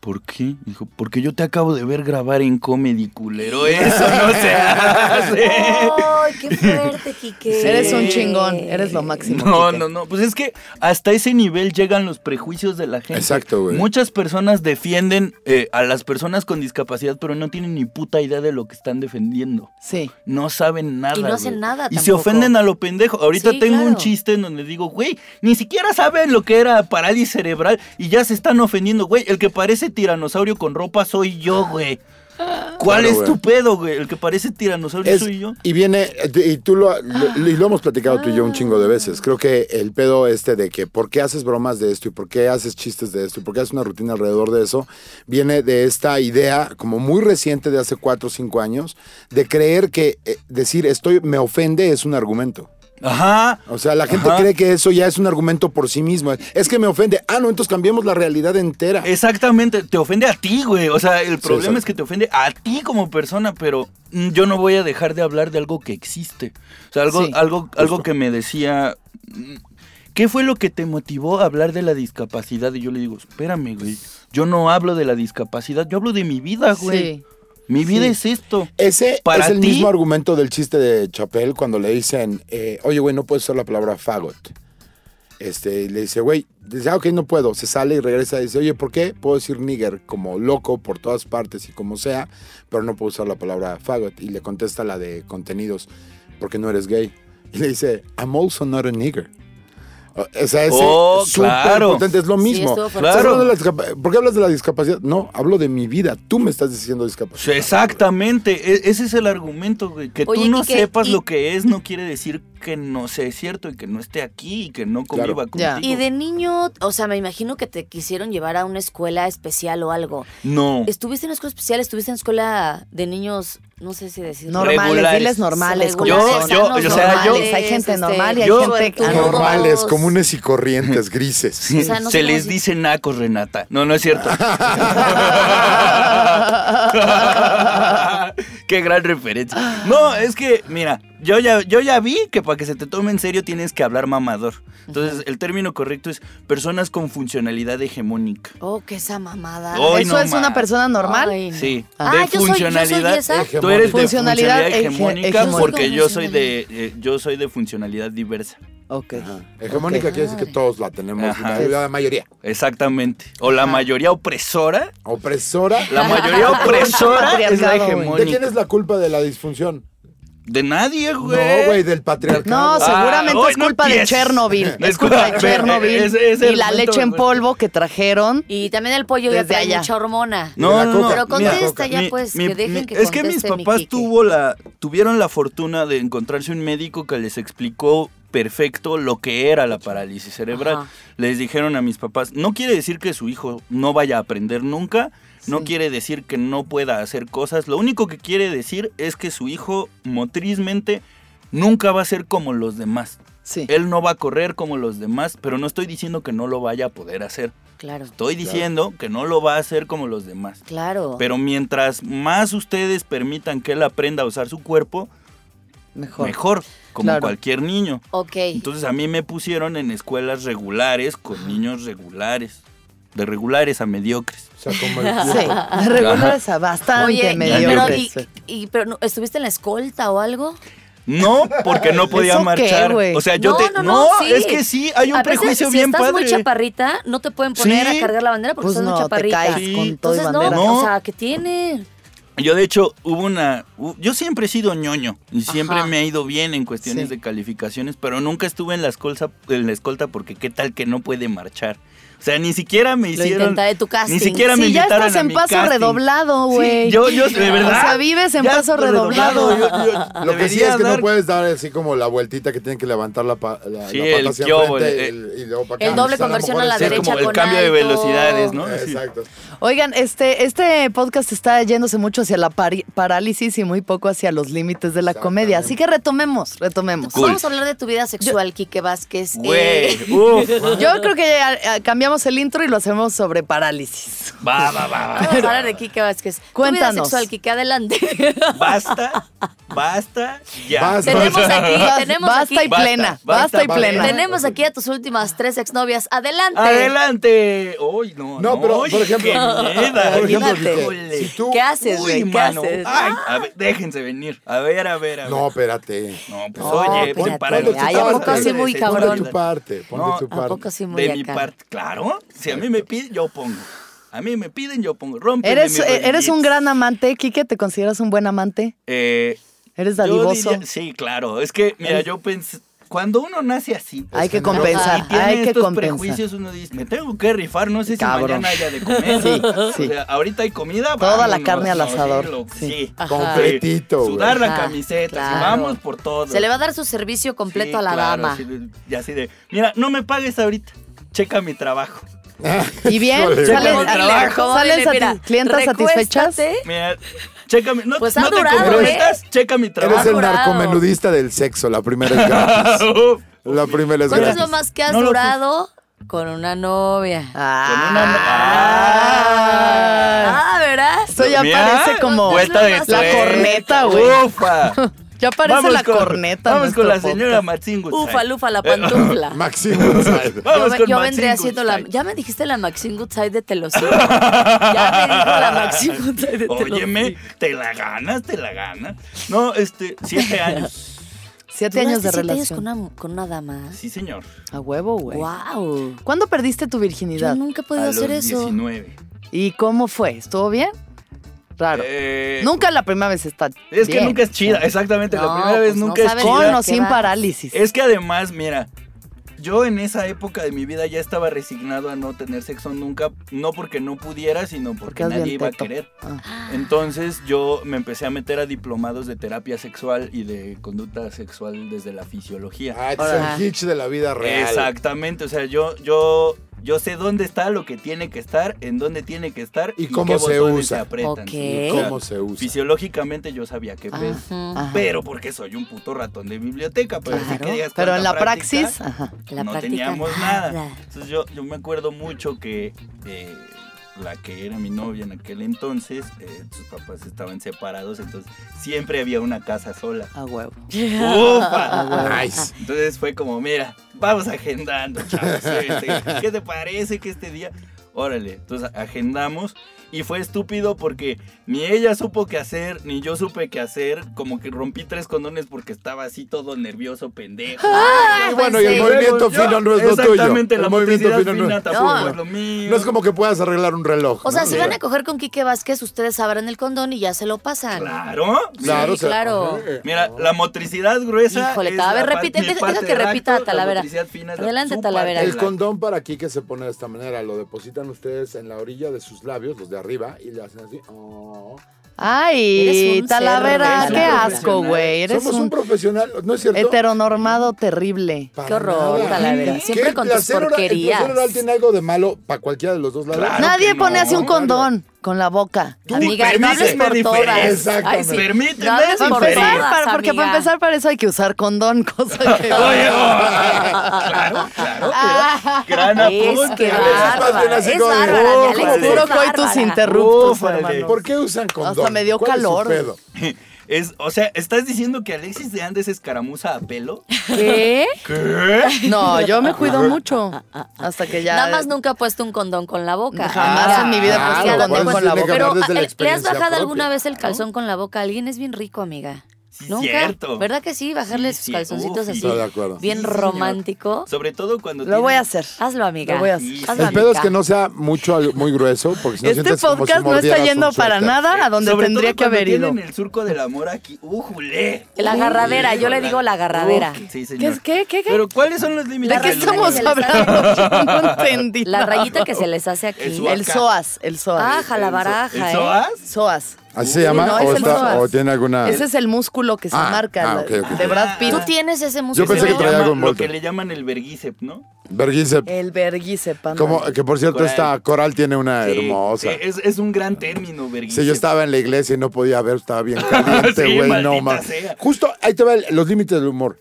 S6: ¿por qué? Dijo, porque yo te acabo de ver grabar en comedy, culero. Eso no eh". se hace.
S4: Ay, qué fuerte, Kike.
S3: Eres un chingón, eres lo máximo.
S6: No,
S3: Quique.
S6: no, no. Pues es que hasta ese nivel llegan los prejuicios de la gente.
S5: Exacto, güey.
S6: Muchas personas defienden eh, a las personas con discapacidad, pero no tienen ni puta idea de lo que están defendiendo.
S3: Sí.
S6: No saben nada.
S4: Y no hacen
S6: güey.
S4: nada
S6: Y se
S4: tampoco.
S6: ofenden a lo pendejo. Ahorita
S4: Sí,
S6: tengo un
S4: claro.
S6: chiste en donde digo, güey, ni siquiera saben lo que era parálisis cerebral y ya se están ofendiendo, güey. El que parece tiranosaurio con ropa soy yo, güey. ¿Cuál
S5: Claro,
S6: es
S5: güey.
S6: tu pedo, güey? El que parece tiranosaurio
S5: Es-
S6: soy yo.
S5: y viene, eh, y tú lo, lo- y lo hemos platicado tú y yo un chingo de veces. Creo que el pedo este de que por qué haces bromas de esto y por qué haces chistes de esto y por qué haces una rutina alrededor de eso, viene de esta idea como muy reciente de hace cuatro o cinco años de creer que eh, decir estoy me ofende es un argumento.
S6: Ajá.
S5: O sea, la gente
S6: Ajá.
S5: cree que eso ya es un argumento por sí mismo. Es que me ofende. Ah, no, entonces cambiemos la realidad entera.
S6: Exactamente, te ofende a ti, güey. O sea, el problema
S5: exacto.
S6: es que te ofende a ti como persona, pero mm, yo no voy a dejar de hablar de algo que existe. O sea, algo,
S3: Sí,
S6: algo, algo que me decía. mm, ¿Qué fue lo que te motivó a hablar de la discapacidad? Y yo le digo, espérame, güey. Yo no hablo de la discapacidad, yo hablo de mi vida, güey.
S3: Sí.
S6: Mi vida
S3: sí.
S6: es esto.
S5: Ese
S6: Para
S5: es el
S6: ti-
S5: mismo argumento del chiste de Chapel cuando le dicen, eh, oye, güey, no puedes usar la palabra fagot. Este, y le dice, güey, dice, ah, ok, no puedo. Se sale y regresa y dice, oye, ¿por qué? Puedo decir nigger como loco por todas partes y como sea, pero no puedo usar la palabra fagot. Y le contesta la de contenidos, porque no eres gay. Y le dice, I'm also not a nigger. O o sea, ese
S6: Oh,
S5: súper
S6: claro.
S5: potente, es lo
S4: Sí,
S5: mismo.
S4: estuvo fuerte.
S5: Estás
S6: Claro.
S5: hablando de la discapa- ¿Por qué hablas de la discapacidad? No, hablo de mi vida. Tú me estás diciendo
S6: O
S5: discapacidad.
S6: sea, Exactamente, e- ese es el argumento, güey. Que
S4: Oye,
S6: tú no
S4: Quique,
S6: sepas
S4: y-
S6: lo que es no quiere decir que no sea cierto y que no esté aquí y que no
S5: Claro.
S6: conviva
S3: Ya.
S6: contigo.
S4: Y de niño, o sea, me imagino que te quisieron llevar a una escuela especial o algo.
S6: No.
S4: ¿Estuviste en una escuela especial? ¿Estuviste en escuela de niños, no sé si decir
S3: Normales,
S6: Regulares.
S3: diles normales. como
S6: Yo-
S3: son.
S6: yo- o sea, yo-
S3: Normales, hay gente normal y hay
S6: yo-
S3: gente
S5: Normales, comunes y corrientes, grises.
S4: O sea, no sé
S6: Se
S4: cómo
S6: les
S4: decir-
S6: dice nacos, Renata. No, no es cierto. Qué gran referencia. No, es que, mira, yo ya, yo ya vi que para que se te tome en serio tienes que hablar mamador. Entonces, el término correcto es personas con funcionalidad hegemónica.
S4: Oh, que esa mamada.
S6: Oh, Hoy
S3: ¿Eso
S6: no
S3: es una
S6: más.
S3: persona normal?
S4: Ay, no.
S6: Sí,
S4: Ah, yo
S6: de
S4: soy- ¿ah? yo soy
S6: funcionalidad.
S4: esa.
S6: Tú eres de
S3: Funcionalidad
S6: funcionalidad
S3: hege-
S6: hegemónica
S3: hegemónica.
S6: porque yo soy de eh, yo soy de funcionalidad diversa.
S3: Ok.
S5: Hegemónica
S3: Ok.
S5: quiere decir que todos la tenemos,
S6: Ajá.
S5: la- la mayoría.
S6: Exactamente. O la mayoría opresora
S5: Opresora.
S6: La mayoría opresora es la
S3: Patriarcado,
S5: ¿De quién
S6: hegemónica.
S5: es la culpa de la disfunción?
S6: De nadie,
S5: No,
S6: güey.
S5: güey, del
S3: No,
S5: patriarcado.
S6: Ah,
S3: seguramente
S6: hoy
S3: es
S6: no
S3: culpa de
S6: empieces.
S3: Chernobyl.
S6: No,
S3: Es culpa de
S6: espérame,
S3: Chernobyl
S6: ese- ese
S3: y la
S6: argumento
S3: leche en
S6: me-
S3: polvo que trajeron.
S4: Y también el pollo ya
S3: Desde
S4: trae
S3: allá.
S4: mucha hormona.
S5: De la
S6: No, no, no.
S5: coca.
S4: Pero
S6: mira,
S4: contesta ya,
S6: mi-
S4: pues,
S6: mi-
S4: que dejen
S6: mi-
S4: que
S6: Es que mis
S4: conteste mi
S6: papás
S4: Quique.
S6: tuvo la, tuvieron la fortuna de encontrarse un médico que les explicó perfecto lo que era la parálisis cerebral.
S4: Ajá.
S6: Les dijeron a mis papás, no quiere decir que su hijo no vaya a aprender nunca, no quiere decir que no pueda hacer cosas, lo único que quiere decir es que su hijo motrizmente nunca va a ser como los demás.
S3: Sí.
S6: Él no va a correr como los demás, pero no estoy diciendo que no lo vaya a poder hacer.
S4: Claro,
S6: Estoy diciendo que no lo va a hacer como los demás.
S4: claro.
S6: Pero mientras más ustedes permitan que él aprenda a usar su cuerpo,
S3: Mejor.
S6: mejor, como
S3: Claro.
S6: cualquier niño.
S4: ok.
S6: Entonces a mí me pusieron en escuelas regulares con niños regulares. De regulares a mediocres.
S5: O sea, como el-
S3: Sí. De regular esa bastante
S4: Oye, y- pero,
S3: mediocre.
S4: y, y- pero no, ¿estuviste en la escolta o algo?
S6: No, porque no podía
S3: ¿Eso qué,
S6: marchar.
S3: güey?
S6: o sea, yo
S4: no,
S6: te.
S4: no, no, sí.
S6: es que sí, hay un
S4: A veces,
S6: prejuicio
S4: si
S6: bien
S4: estás
S6: padre.
S4: muy chaparrita, no te pueden poner
S6: Sí.
S4: a cargar la bandera porque
S3: Pues
S4: estás muy
S3: no, te
S4: chaparrita.
S3: caes
S6: Sí.
S3: con todo y
S4: Entonces, no,
S3: bandera.
S6: No.
S4: o sea, ¿qué tiene? Pues
S6: Yo de hecho hubo una... hu- Yo siempre he sido ñoño y siempre
S4: Ajá.
S6: me ha ido bien en cuestiones
S3: Sí.
S6: de calificaciones, pero nunca estuve en la, escolta, en la escolta porque qué tal que no puede marchar. O sea, ni siquiera me
S4: Lo
S6: hicieron...
S4: intentaré tu casting.
S6: Ni siquiera me
S3: Si ya
S6: invitaron
S3: estás
S6: a
S3: en
S6: mi
S3: paso
S6: casting.
S3: redoblado,
S6: Sí,
S3: güey.
S6: yo, yo, de verdad.
S3: O sea, vives en
S6: Ya
S3: paso redoblado.
S5: Lo que sí
S6: Debería
S5: es que no
S6: dar-
S5: puedes dar así como la vueltita que tienen que levantar la, pa- la,
S6: Sí,
S5: la pata
S6: el
S5: hacia
S6: kiobo,
S5: enfrente
S6: el-
S5: y- y luego para acá.
S4: el doble
S5: O sea, lo
S4: conversión
S5: mejor
S4: a la
S5: es-
S6: Sí, es
S4: derecha
S6: como el
S4: con
S6: cambio de
S4: alto.
S6: velocidades, ¿no? Así.
S5: Exacto.
S3: Oigan, este, este podcast está yéndose mucho hacia la pari- parálisis y muy poco hacia los límites de la comedia. Así que retomemos, retomemos.
S6: Cool.
S4: Vamos a hablar de tu vida sexual, Quique Vázquez.
S6: Güey,
S4: Eh,
S6: uf,
S3: Yo creo que ya, eh, cambiamos el intro y lo hacemos sobre parálisis.
S6: va, va, va, va.
S4: Vamos a hablar de Quique Vázquez. Tu vida
S3: Cuéntanos.
S4: sexual, Quique, adelante.
S6: Basta, basta, ya.
S5: Basta.
S4: tenemos aquí,
S3: Bas-
S4: tenemos
S3: basta
S4: aquí.
S3: y plena,
S6: Basta,
S3: basta,
S6: basta,
S3: y
S5: basta.
S3: plena.
S4: Tenemos aquí a tus últimas tres exnovias. Adelante.
S6: Adelante. Uy, no,
S5: No, pero,
S6: Uy,
S5: por ejemplo,
S6: qué mierda,
S5: por ejemplo,
S6: híjole.
S5: Quique, si tú-
S4: ¿Qué haces, güey?
S6: Uy,
S4: ¿Qué
S6: mano.
S4: haces?
S6: Ay, a ver, déjense venir. A ver, a ver, a ver.
S5: No, espérate.
S6: No, pues
S4: No,
S6: oye,
S4: espérate.
S6: pues para
S5: Ay, ¿a poco sí muy Ponte
S4: cabrón?
S5: tu parte,
S6: No,
S5: ponte tu
S6: ¿a
S5: parte.
S4: ¿A poco sí muy
S6: De mi
S4: acá?
S6: parte, claro. Si a mí me piden, yo pongo. A mí me piden, yo pongo. Rompe.
S3: Eres, eh, eres un gran amante, Quique, ¿te consideras un buen amante?
S6: Eh,
S3: ¿Eres
S6: yo
S3: dadivoso?
S6: diría- sí, claro. Es que, mira, yo pensé. Cuando uno nace así.
S3: hay que
S5: generoso.
S3: compensar,
S6: y tiene
S3: hay que
S6: estos
S3: compensar.
S6: prejuicios, uno dice, me tengo que rifar, no sé si
S3: Cabrón.
S6: mañana haya de comer.
S3: Sí, sí.
S6: O sea, ahorita hay comida.
S3: Toda la
S6: vámonos,
S3: carne al
S6: no,
S3: asador,
S6: Sí, lo-
S3: sí.
S6: sí.
S4: Ajá.
S5: Completito, güey.
S6: Sudar la
S4: Ajá,
S6: camiseta,
S4: claro.
S6: sí, vamos por todo.
S4: Se le va a dar su servicio completo
S6: Sí,
S4: a la
S6: claro,
S4: dama.
S6: sí, y así de, mira, no me pagues ahorita, checa mi trabajo.
S3: Y bien,
S5: Híjole.
S3: sales,
S6: Como
S3: sale-
S6: trabajo,
S3: sales
S4: Salen
S3: sati- clientas satisfechas.
S6: Mira, Checa mi, no,
S4: Pues ha
S6: no te
S4: durado,
S6: comprometas, checa mi
S5: Eres
S6: trabajo.
S5: el
S4: Mejorado.
S5: narcomenudista del sexo, la primera es gratis.
S6: Uf,
S5: La primera es
S4: ¿Cuánto es
S5: gratis.
S4: lo más que has
S6: Pues No lo
S4: durado con una novia?
S6: con una-
S3: Ah.
S4: Ah, ¿verdad?
S3: Esto ya
S6: Mira, Pues
S3: parece como
S6: vuelta de
S4: la
S6: tres.
S3: corneta, güey.
S6: Ufa.
S3: Ya parece
S6: Vamos
S3: la
S6: con-
S3: corneta.
S6: Vamos con la
S3: nuestro
S6: señora
S3: podcast.
S6: Matzingu.
S4: Ufa, lufa, la pantufla.
S5: Maximo Inside.
S6: Eh, Vamos
S4: yo
S6: con
S4: yo vendré
S6: Maxine
S4: haciendo la.
S6: Goodside.
S4: Ya me dijiste la Maxine Goodside de Telosico. ya me dijo la Maxine Goodside de Telosico.
S6: Óyeme, te la ganas, te la ganas. No, este, siete años.
S3: Siete años de
S4: Duraste siete
S3: relación.
S4: con, una, con una dama.
S6: Sí, señor.
S3: A huevo, güey.
S4: Wow.
S3: ¿Cuándo perdiste tu
S4: Yo
S3: virginidad?
S4: nunca he podido
S6: A los
S4: hacer eso.
S6: 19.
S3: ¿Y cómo fue? ¿Estuvo bien? Raro.
S6: Eh,
S3: nunca la primera vez está
S6: Es que
S3: bien.
S6: nunca es chida, exactamente.
S4: No,
S6: la primera vez
S4: pues no
S6: nunca es
S4: sabes
S6: chida.
S3: Con
S4: ¿verdad?
S3: o
S4: ¿Qué
S3: sin
S4: vas?
S3: parálisis.
S6: Es que además, mira, yo en esa época de mi vida ya estaba resignado a no tener sexo nunca, no porque no pudiera, sino
S3: Porque
S6: porque
S3: es
S6: nadie
S3: bien
S6: iba a
S3: teto.
S6: querer.
S3: Ah.
S6: Entonces yo me empecé a meter a diplomados de terapia sexual y de conducta sexual desde la fisiología.
S5: Ah, este es
S4: Ahora.
S5: el hitch de la vida real.
S6: Exactamente, o sea, yo, yo, yo sé dónde está lo que tiene que estar, en dónde tiene que estar
S5: Y cómo
S6: qué
S5: se
S6: botones
S5: usa.
S6: se aprietan.
S4: Ok.
S6: Sí, o sea,
S5: ¿Cómo se usa?
S6: Fisiológicamente yo sabía qué pedo.
S4: Ajá.
S3: Ajá.
S6: Pero porque soy un puto ratón de biblioteca, pero así
S4: Claro.
S6: que digas
S3: Pero
S6: cuánta
S3: en la
S6: práctica,
S3: praxis, ajá.
S4: La
S6: no
S4: práctica
S6: teníamos nada. Entonces yo, yo me acuerdo mucho que eh, la que era mi novia en aquel entonces, eh, sus papás estaban separados, entonces siempre había una casa sola.
S3: a huevo.
S6: Ah,
S4: Ah,
S6: ¡Ufa!
S5: Nice.
S6: Entonces fue como, mira, vamos agendando, chavos. este, ¿Qué te parece que este día? Órale, entonces agendamos y fue estúpido porque ni ella supo qué hacer, ni yo supe qué hacer, como que rompí tres condones porque estaba así todo nervioso, pendejo.
S4: Ah, pues
S5: Y bueno, y el movimiento
S6: Yo-
S5: fino no es lo tuyo.
S6: Exactamente, la
S5: el movimiento
S6: motricidad
S5: fino no,
S6: fina tampoco
S4: No.
S6: es lo mío.
S5: no es como que puedas arreglar un reloj.
S4: O sea,
S5: ¿no?
S4: si van a coger con Quique Vázquez, ustedes sabrán el condón y ya se lo pasan.
S6: Claro.
S5: Claro,
S4: Sí,
S5: o sea,
S4: claro.
S5: ajá.
S6: Mira, la motricidad gruesa.
S4: Híjole,
S6: es
S4: Talavera,
S6: la par-
S4: repite,
S6: mi
S4: deja-
S6: parte
S4: deja
S6: del
S4: que repita,
S6: acto, la
S4: Talavera.
S6: motricidad fina es la-
S4: Adelante,
S6: su
S4: Talavera.
S6: parte
S5: El
S6: del
S5: condón para aquí que se pone de esta manera, lo depositan ustedes en la orilla de sus labios, los de arriba, y le hacen así. oh.
S4: Eres
S3: Ay,
S4: un
S3: Talavera,
S4: cerdo,
S3: qué
S4: eres un
S3: asco,
S6: profesional.
S3: güey. Eres
S5: Somos un,
S3: un
S5: profesional, ¿no es cierto?
S3: heteronormado terrible.
S5: Para
S4: Qué horror,
S5: nada.
S4: Talavera.
S5: ¿Qué?
S4: Siempre con
S5: ¿El
S4: tus
S5: placer oral-
S4: porquerías.
S5: ¿El placer oral tiene algo de malo para cualquiera de los dos lados?
S6: Claro
S3: Nadie
S6: que
S3: pone
S6: no.
S3: así un condón con la boca.
S6: Tú
S4: Amiga, no hables
S6: permíteme
S4: por todas.
S6: diferir.
S5: Exactamente.
S4: Ay, sí.
S6: Permíteme
S4: No hables
S3: Para
S4: por
S6: diferir.
S3: empezar,
S4: todas,
S3: para- porque para
S4: amiga.
S3: empezar para eso hay que usar condón, cosa que...
S6: Oye, oh, claro, claro. gran
S4: Es
S6: apunte.
S4: que
S5: Alex, más bien
S4: bárbara.
S5: así
S4: Es
S5: como de,
S4: bárbara,
S5: oh,
S4: mi Alex,
S5: joder.
S4: es
S3: Puro
S4: bárbara.
S3: coitus interruptus,
S6: Ufale.
S3: hermano.
S5: ¿Por qué usan condón?
S3: me dio
S5: ¿Cuál es su
S3: calor.
S5: pedo?
S6: Es, o sea, ¿estás diciendo que Alexis de Andes es caramuza a pelo?
S4: ¿Qué? Ah,
S6: ¿Qué?
S3: No, yo me cuido mucho. Hasta que ya...
S4: Nada más nunca he puesto un condón con la boca.
S3: Jamás
S4: Ahora,
S3: en mi vida he puesto
S4: claro,
S3: un condón
S4: pues,
S3: con la
S5: tiene que
S3: boca.
S5: hablar
S4: Pero,
S5: desde la
S4: ¿le- ¿le has
S5: experiencia
S4: bajado
S5: propia?
S4: alguna vez el calzón con la boca a alguien? Es bien rico, amiga.
S6: Sí,
S4: ¿Nunca?
S6: cierto.
S4: ¿Verdad que sí? Bajarle
S6: Sí,
S4: sus
S6: sí,
S4: calzoncitos
S6: uf,
S4: así.
S5: Estoy de acuerdo.
S4: Bien
S6: Sí, señor.
S4: romántico.
S6: Sobre todo cuando
S3: Lo voy a hacer.
S4: Hazlo, amiga.
S3: Lo voy a hacer.
S6: Sí,
S4: Hazlo,
S5: El pedo es
S4: amiga.
S5: que no sea mucho, al- muy grueso, porque si no
S3: Este
S5: sientes como si
S3: podcast no está
S5: mordieras un
S3: yendo para
S5: suéter.
S3: nada a donde
S6: Sobre todo
S3: tendría que
S6: cuando
S3: haber ido.
S6: tienen el surco del amor aquí. ¡Ujule!
S4: La agarradera, yo le digo la agarradera.
S6: Uf, sí,
S3: ¿Qué
S6: señor.
S3: es qué? ¿Qué? qué?
S6: Pero ¿cuáles son los límites?
S3: ¿De qué
S6: del
S4: rayita
S3: estamos
S4: que se
S6: número?
S4: les hace.
S3: hablando? Yo no entendí.
S4: La
S3: nada.
S4: rayita que se les hace aquí.
S6: El suave.
S3: El SOAS, el SOAS.
S4: Ah, jalabaraja,
S6: ¿El
S4: ¿eh?
S6: SOAS?
S3: SOAS.
S5: ¿Así se llama?
S3: no, es
S5: o,
S3: el
S5: está-
S3: psoas.
S5: o tiene alguna...?
S3: Ese es el músculo que se
S5: Ah,
S3: marca
S5: ah,
S3: la-
S5: ok, ok.
S3: de Brad Pitt.
S4: Tú tienes ese músculo.
S5: Yo pensé que
S6: Se
S5: traía
S6: llama
S5: algo envuelto.
S6: Lo que le llaman el verguíceps, ¿no?
S5: Verguíceps.
S3: El verguice, panda.
S5: Como, que por cierto,
S6: Coral.
S5: esta coral tiene una
S6: Sí,
S5: Ah, hermosa.
S6: sí, Es, es un gran término, verguíceps.
S5: Sí, yo estaba en la iglesia y no podía ver, estaba bien caliente,
S6: Sí,
S5: güey, no
S6: maldita
S5: más.
S6: sea.
S5: Justo ahí te van los límites del humor.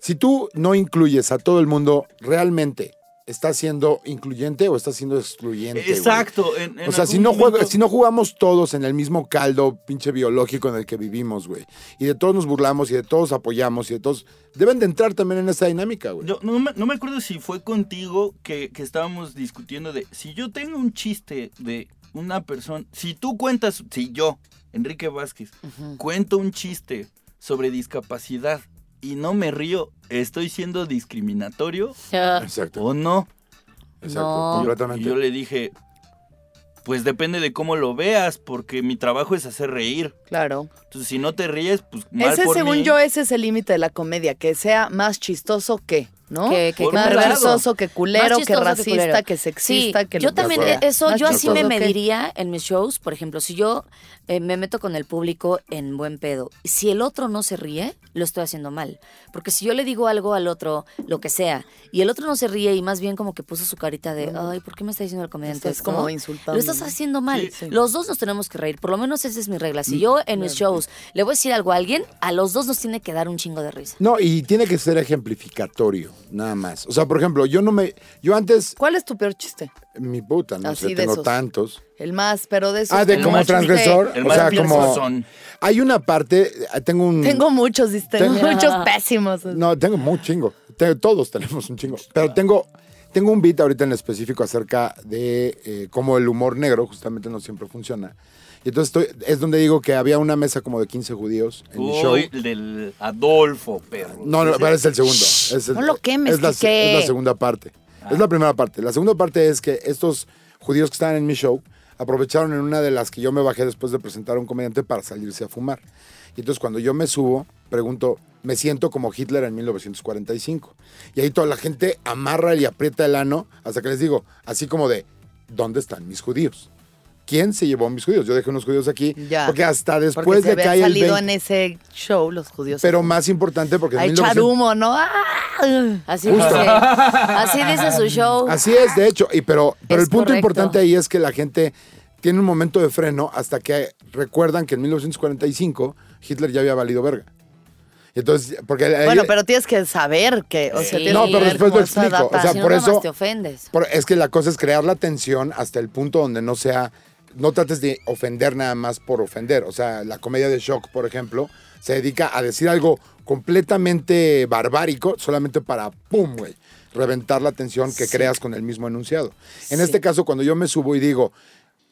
S5: Si tú no incluyes a todo el mundo, realmente estás siendo incluyente o estás siendo excluyente. güey?
S6: Exacto. en- en
S5: O sea, si
S6: algún
S5: no, juega-
S6: momento-
S5: si no jugamos todos en el mismo caldo pinche biológico en el que vivimos, güey, y de todos nos burlamos y de todos apoyamos y de todos... Deben de entrar también en esa dinámica, güey.
S6: Yo no me, no me acuerdo si fue contigo que, que estábamos discutiendo de si yo tengo un chiste de una persona, si tú cuentas, si yo, Enrique Vázquez, cuento un chiste sobre discapacidad y no me río, ¿estoy siendo discriminatorio
S4: Ah,
S5: Exacto,
S6: o no?
S5: exacto,
S4: No.
S5: completamente.
S6: Y yo le dije, pues depende de cómo lo veas, porque mi trabajo es hacer reír.
S3: Claro.
S6: Entonces, si no te ríes, pues mal
S3: Ese,
S6: por
S3: según
S6: mí.
S3: yo, ese es el límite de la comedia, que sea más chistoso que.
S4: ¿no?
S3: Que,
S6: Por
S3: más
S6: un lado.
S3: versoso, que culero,
S4: Más
S3: que
S4: chistoso
S3: racista, que,
S4: culero.
S3: sexista,
S4: Sí,
S3: que
S4: yo también,
S5: acuerdo.
S4: eh, eso,
S3: Más
S4: yo así me
S3: chistoso que-
S4: mediría en mis shows, por ejemplo, si yo eh, me meto con el público en buen pedo, si el otro no se ríe, lo estoy haciendo mal. Porque si yo le digo algo al otro, lo que sea, y el otro no se ríe y más bien como que puso su carita de, ay, ¿por qué me está diciendo el comediante?
S3: Estás
S4: esto?",
S3: como insultando,
S4: Lo estás
S3: ¿no?
S4: haciendo mal.
S3: Sí, Mm, sí.
S4: Los dos nos tenemos que reír, por lo menos esa es mi regla. Si yo en mis shows le voy a decir algo a alguien, a los dos nos tiene que dar un chingo de risa.
S5: No, y tiene que ser ejemplificatorio, nada más. O sea, por ejemplo, yo no me. Yo antes,
S3: ¿Cuál es tu peor chiste?
S5: mi puta, no
S3: Así
S5: sé,
S3: de
S5: tengo
S3: esos.
S5: tantos.
S3: El más, pero de esos.
S5: Ah, de
S6: El
S3: que-
S5: como
S6: más-
S5: transgresor.
S6: el
S5: o
S6: más
S5: sea, como.
S6: piensosón.
S5: Hay una parte, eh, tengo un.
S3: Tengo muchos, diste,
S5: Tengo-
S3: muchos pésimos.
S5: No, tengo un chingo. Te- todos tenemos un chingo. Pero tengo, tengo un beat ahorita en específico acerca de eh, cómo el humor negro justamente no siempre funciona. Y entonces estoy- es donde digo que había una mesa como de 15 judíos en mi show.
S6: Uy, el del Adolfo, perro.
S5: No, no, pero es el segundo. Es el-
S3: no lo quemes,
S5: es la,
S3: Quique. Ah.
S5: es la segunda parte. Es la primera parte. La segunda parte es que estos judíos que estaban en mi show aprovecharon en una de las que yo me bajé después de presentar a un comediante para salirse a fumar. Y entonces cuando yo me subo, pregunto, me siento como Hitler en 1945. Y ahí toda la gente amarra y aprieta el ano hasta que les digo, así como de, ¿dónde están mis judíos? ¿Quién se llevó mis judíos? Yo dejé unos judíos aquí.
S3: Ya.
S5: Porque hasta después
S3: Porque se
S5: de que
S3: habían
S5: hay el
S3: salido en
S5: 20,
S3: ese show los judíos.
S5: Pero más importante porque en
S3: a echar
S5: 1900
S3: humo, ¿no? ¡Ah!
S4: Así
S5: Justo.
S4: dice, así dice su show.
S5: Así es, de hecho. Y pero pero
S4: Es
S5: el punto
S4: correcto.
S5: importante ahí es que la gente tiene un momento de freno hasta que recuerdan que en 1945 Hitler ya había valido verga. Y Entonces, porque ahí-
S3: Bueno, pero tienes que saber que, o sea,
S4: Sí.
S3: tienes
S4: No,
S3: que
S4: pero
S3: ver
S5: después
S3: como
S5: lo
S3: esa
S5: explico, o
S3: data.
S5: sea,
S4: si no,
S5: por
S4: nada más
S5: eso-
S4: te ofendes.
S5: por- es que la cosa es crear la tensión hasta el punto donde no sea no trates de ofender nada más por ofender, o sea, la comedia de shock, por ejemplo, se dedica a decir algo completamente barbárico solamente para pum, güey, reventar la tensión que creas con el mismo enunciado. En
S4: Sí.
S5: este caso, cuando yo me subo y digo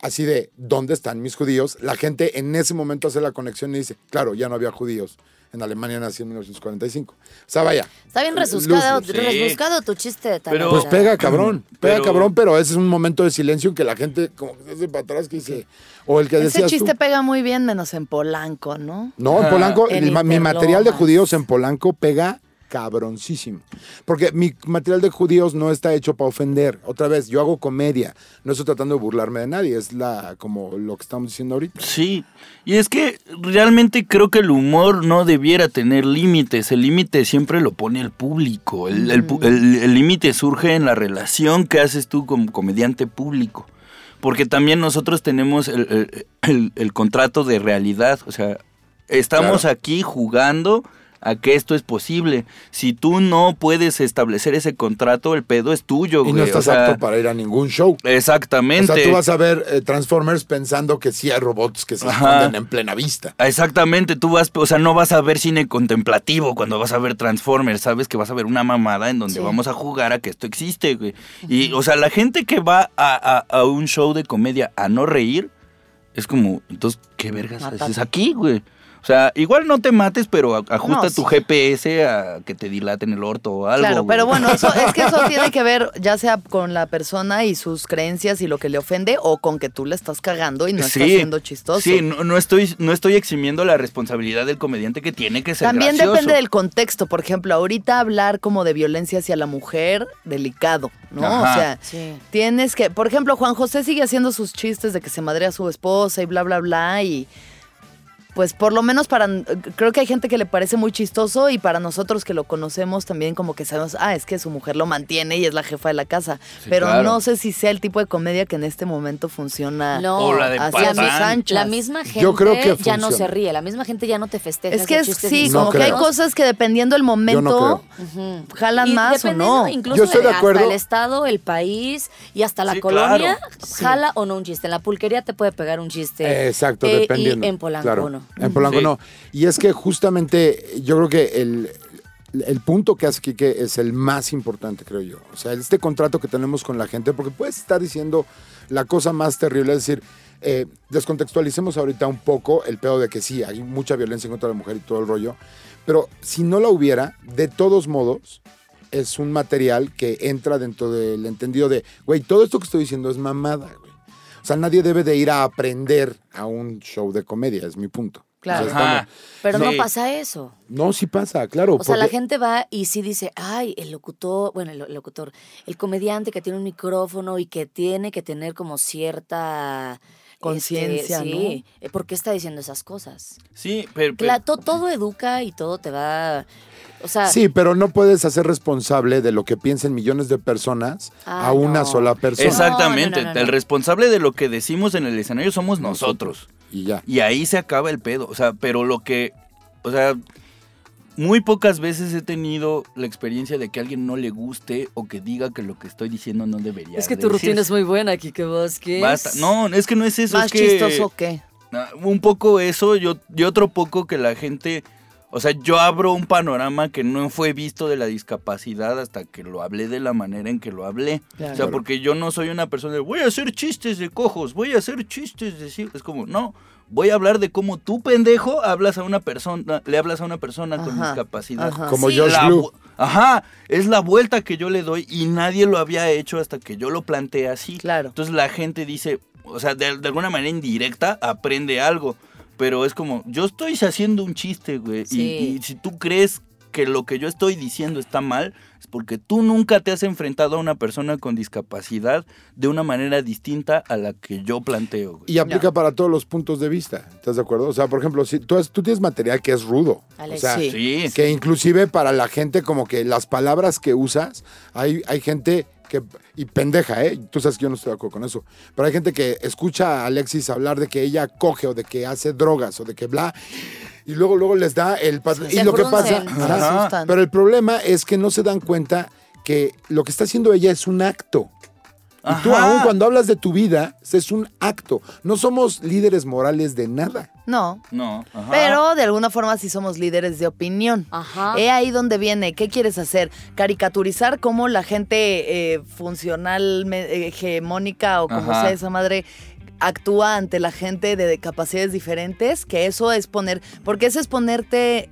S5: así de ¿dónde están mis judíos? La gente en ese momento hace la conexión y dice, claro, ya no había judíos. En Alemania nací en 1945. O sea, vaya.
S4: Está bien rebuscado,
S5: luces.
S6: Sí.
S4: rebuscado tu chiste de
S6: Pero-
S5: Pues
S6: Ahora.
S5: pega cabrón, pega
S6: Pero-
S5: cabrón, pero ese es un momento de silencio en que la gente como que se hace para atrás que dice, o el que
S3: Ese
S5: decías tú.
S3: chiste pega muy bien, menos en Polanco, ¿no?
S5: No, en Polanco,
S4: En
S5: el ma- mi
S4: Interlomas.
S5: material de judíos en Polanco pega cabroncísimo. Porque mi material de judíos no está hecho para ofender. Otra vez, yo hago comedia, no estoy tratando de burlarme de nadie, es la como lo que estamos diciendo ahorita.
S6: Sí, y es que realmente creo que el humor no debiera tener límites. El límite siempre lo pone el público. El el pu- el- el límite surge en la relación que haces tú como comediante público. Porque también nosotros tenemos el, el- el- el contrato de realidad. O sea, estamos aquí jugando a que esto es posible. Si tú no puedes establecer ese contrato, el pedo es tuyo.
S5: Y
S6: güey.
S5: no
S6: O
S5: estás
S6: sea,
S5: apto para ir a ningún show. O
S6: Exactamente.
S5: sea, tú vas a ver eh, Transformers pensando que sí hay robots que se
S6: Ajá.
S5: esconden en plena vista.
S6: Exactamente, tú vas, o sea, no vas a ver cine contemplativo cuando vas a ver Transformers, sabes que vas a ver una mamada en donde vamos a jugar a que esto existe, güey. Y, o sea, la gente que va a, a- a un show de comedia a no reír, es como, entonces, ¿qué vergas
S4: Mátate.
S6: haces aquí, güey? O sea, igual no te mates, pero a- ajusta
S3: No,
S6: tu
S3: sí.
S6: GPS a que te dilaten el orto o algo.
S3: claro,
S6: güey.
S3: pero bueno, eso, es que eso tiene que ver ya sea con la persona y sus creencias y lo que le ofende o con que tú le estás cagando y no estás siendo chistoso.
S6: Sí, no, no estoy, no estoy eximiendo la responsabilidad del comediante que tiene que ser
S3: También
S6: gracioso.
S3: depende del contexto. Por ejemplo, ahorita hablar como de violencia hacia la mujer, delicado, ¿no?
S6: Ajá.
S3: O sea,
S4: Sí.
S3: tienes que. Por ejemplo, Juan José sigue haciendo sus chistes de que se madrea a su esposa y bla, bla, bla. Y. Pues por lo menos para. Creo que hay gente que le parece muy chistoso y para nosotros que lo conocemos también, como que sabemos, ah, es que su mujer lo mantiene y es la jefa de la casa.
S6: Sí,
S3: Pero
S6: claro.
S3: no sé si sea el tipo de comedia que en este momento funciona.
S4: No,
S6: O la de
S3: hacia
S6: Patán.
S3: mis anchas.
S4: La misma gente
S5: Yo creo que
S4: ya no
S5: funciona.
S4: se ríe, la misma gente ya no te festeja.
S3: Es que
S4: esos
S3: es,
S4: chistes
S3: sí,
S4: ni
S5: No
S3: como que hay
S5: creo.
S3: cosas que dependiendo del momento.
S5: creo.
S4: Ujú.
S3: jalan
S4: Y
S3: más o
S4: dependiendo
S3: no.
S4: Incluso
S5: Yo estoy de acuerdo.
S4: Hasta el estado, el país y hasta la
S6: Sí,
S4: colonia
S6: claro.
S4: jala o no un chiste. En la pulquería te puede pegar un chiste.
S5: Exacto,
S4: Eh,
S5: dependiendo.
S4: Y en Polanco
S5: Claro,
S4: no.
S5: En Polanco
S6: Sí.
S5: no. Y es que justamente yo creo que el, el punto que hace Quique es el más importante, creo yo. O sea, este contrato que tenemos con la gente, porque puedes estar diciendo la cosa más terrible, es decir, eh, descontextualicemos ahorita un poco el pedo de que sí, hay mucha violencia contra la mujer y todo el rollo, pero si no la hubiera, de todos modos, es un material que entra dentro del entendido de, güey, todo esto que estoy diciendo es mamada, güey. O sea, nadie debe de ir a aprender a un show de comedia, es mi punto.
S3: Claro.
S5: O sea, estamos-
S6: Ajá.
S4: Pero no
S6: Sí.
S4: pasa eso.
S5: No, sí pasa, claro.
S4: O sea, la
S5: porque-
S4: gente va y sí dice, ay, el locutor, bueno, el lo- locutor, el comediante que tiene un micrófono y que tiene que tener como cierta este,
S3: Conciencia,
S4: sí, eh, ¿por qué está diciendo esas cosas?
S6: Sí, pero, pero-
S4: Claro, to- todo educa y todo te va, o sea,
S5: Sí, pero no puedes hacer responsable de lo que piensen millones de personas
S4: Ah,
S5: a una
S4: no.
S5: sola persona.
S4: Exacto.
S6: exactamente.
S4: No, no, no, no,
S6: El
S4: no.
S6: responsable de lo que decimos en el escenario somos nosotros.
S5: Y ya.
S6: Y ahí se acaba el pedo. O sea, pero lo que. O sea, muy pocas veces he tenido la experiencia de que a alguien no le guste o que diga que lo que estoy diciendo no debería.
S4: es que
S6: de
S4: tu rutina es
S6: decirse.
S4: muy buena, Kike Bosque.
S6: Basta. No, es que no es eso.
S3: ¿Más
S6: es que...
S3: chistoso que
S6: Ah, Un poco eso y, ot- y otro poco que la gente... O sea, yo abro un panorama que no fue visto de la discapacidad hasta que lo hablé de la manera en que lo hablé.
S3: Claro.
S6: O sea, porque yo no soy una persona de voy a hacer chistes de cojos, voy a hacer chistes de... ci-". Es como, no, voy a hablar de cómo tú, pendejo, hablas a una persona, le hablas a una persona con
S3: Ajá,
S6: discapacidad.
S3: ajá.
S5: Como
S4: Sí.
S5: Josh
S6: La
S5: Blue.
S6: vu- Ajá, es la vuelta que yo le doy y nadie lo había hecho hasta que yo lo planteé así.
S3: Claro.
S6: Entonces la gente dice, o sea, de, de alguna manera indirecta aprende algo, pero es como, yo estoy haciendo un chiste, güey, y-
S4: Sí.
S6: y, si tú crees que lo que yo estoy diciendo está mal, es porque tú nunca te has enfrentado a una persona con discapacidad de una manera distinta a la que yo planteo, güey.
S5: Y aplica para todos los puntos de vista. ¿Estás de acuerdo? O sea, por ejemplo, si tú, has- tú tienes material que es rudo.
S4: Alex,
S5: o sea,
S3: sí.
S6: Sí,
S5: que inclusive para la gente, como que las palabras que usas, hay, hay gente que. Y pendeja, ¿eh? Tú sabes que yo no estoy de acuerdo con eso. Pero hay gente que escucha a Alexis hablar de que ella coge o de que hace drogas o de que bla. Y luego, luego les da el pas- Y
S4: Se
S5: lo que pasa.
S4: fruncen.
S3: se
S5: Ajá.
S3: asustan.
S5: Pero el problema es que no se dan cuenta que lo que está haciendo ella es un acto. Y tú
S6: Ajá.
S5: aún cuando hablas de tu vida, es un acto. No somos líderes morales de nada.
S3: No.
S6: no, ajá.
S3: Pero de alguna forma sí somos líderes de opinión.
S6: Ah.
S4: Ajá.
S3: He ahí donde viene. ¿Qué quieres hacer? ¿Caricaturizar cómo la gente eh, funcional, me- hegemónica o como
S6: Ajá.
S3: sea esa madre actúa ante la gente de capacidades diferentes? Que eso es poner. Porque eso es ponerte.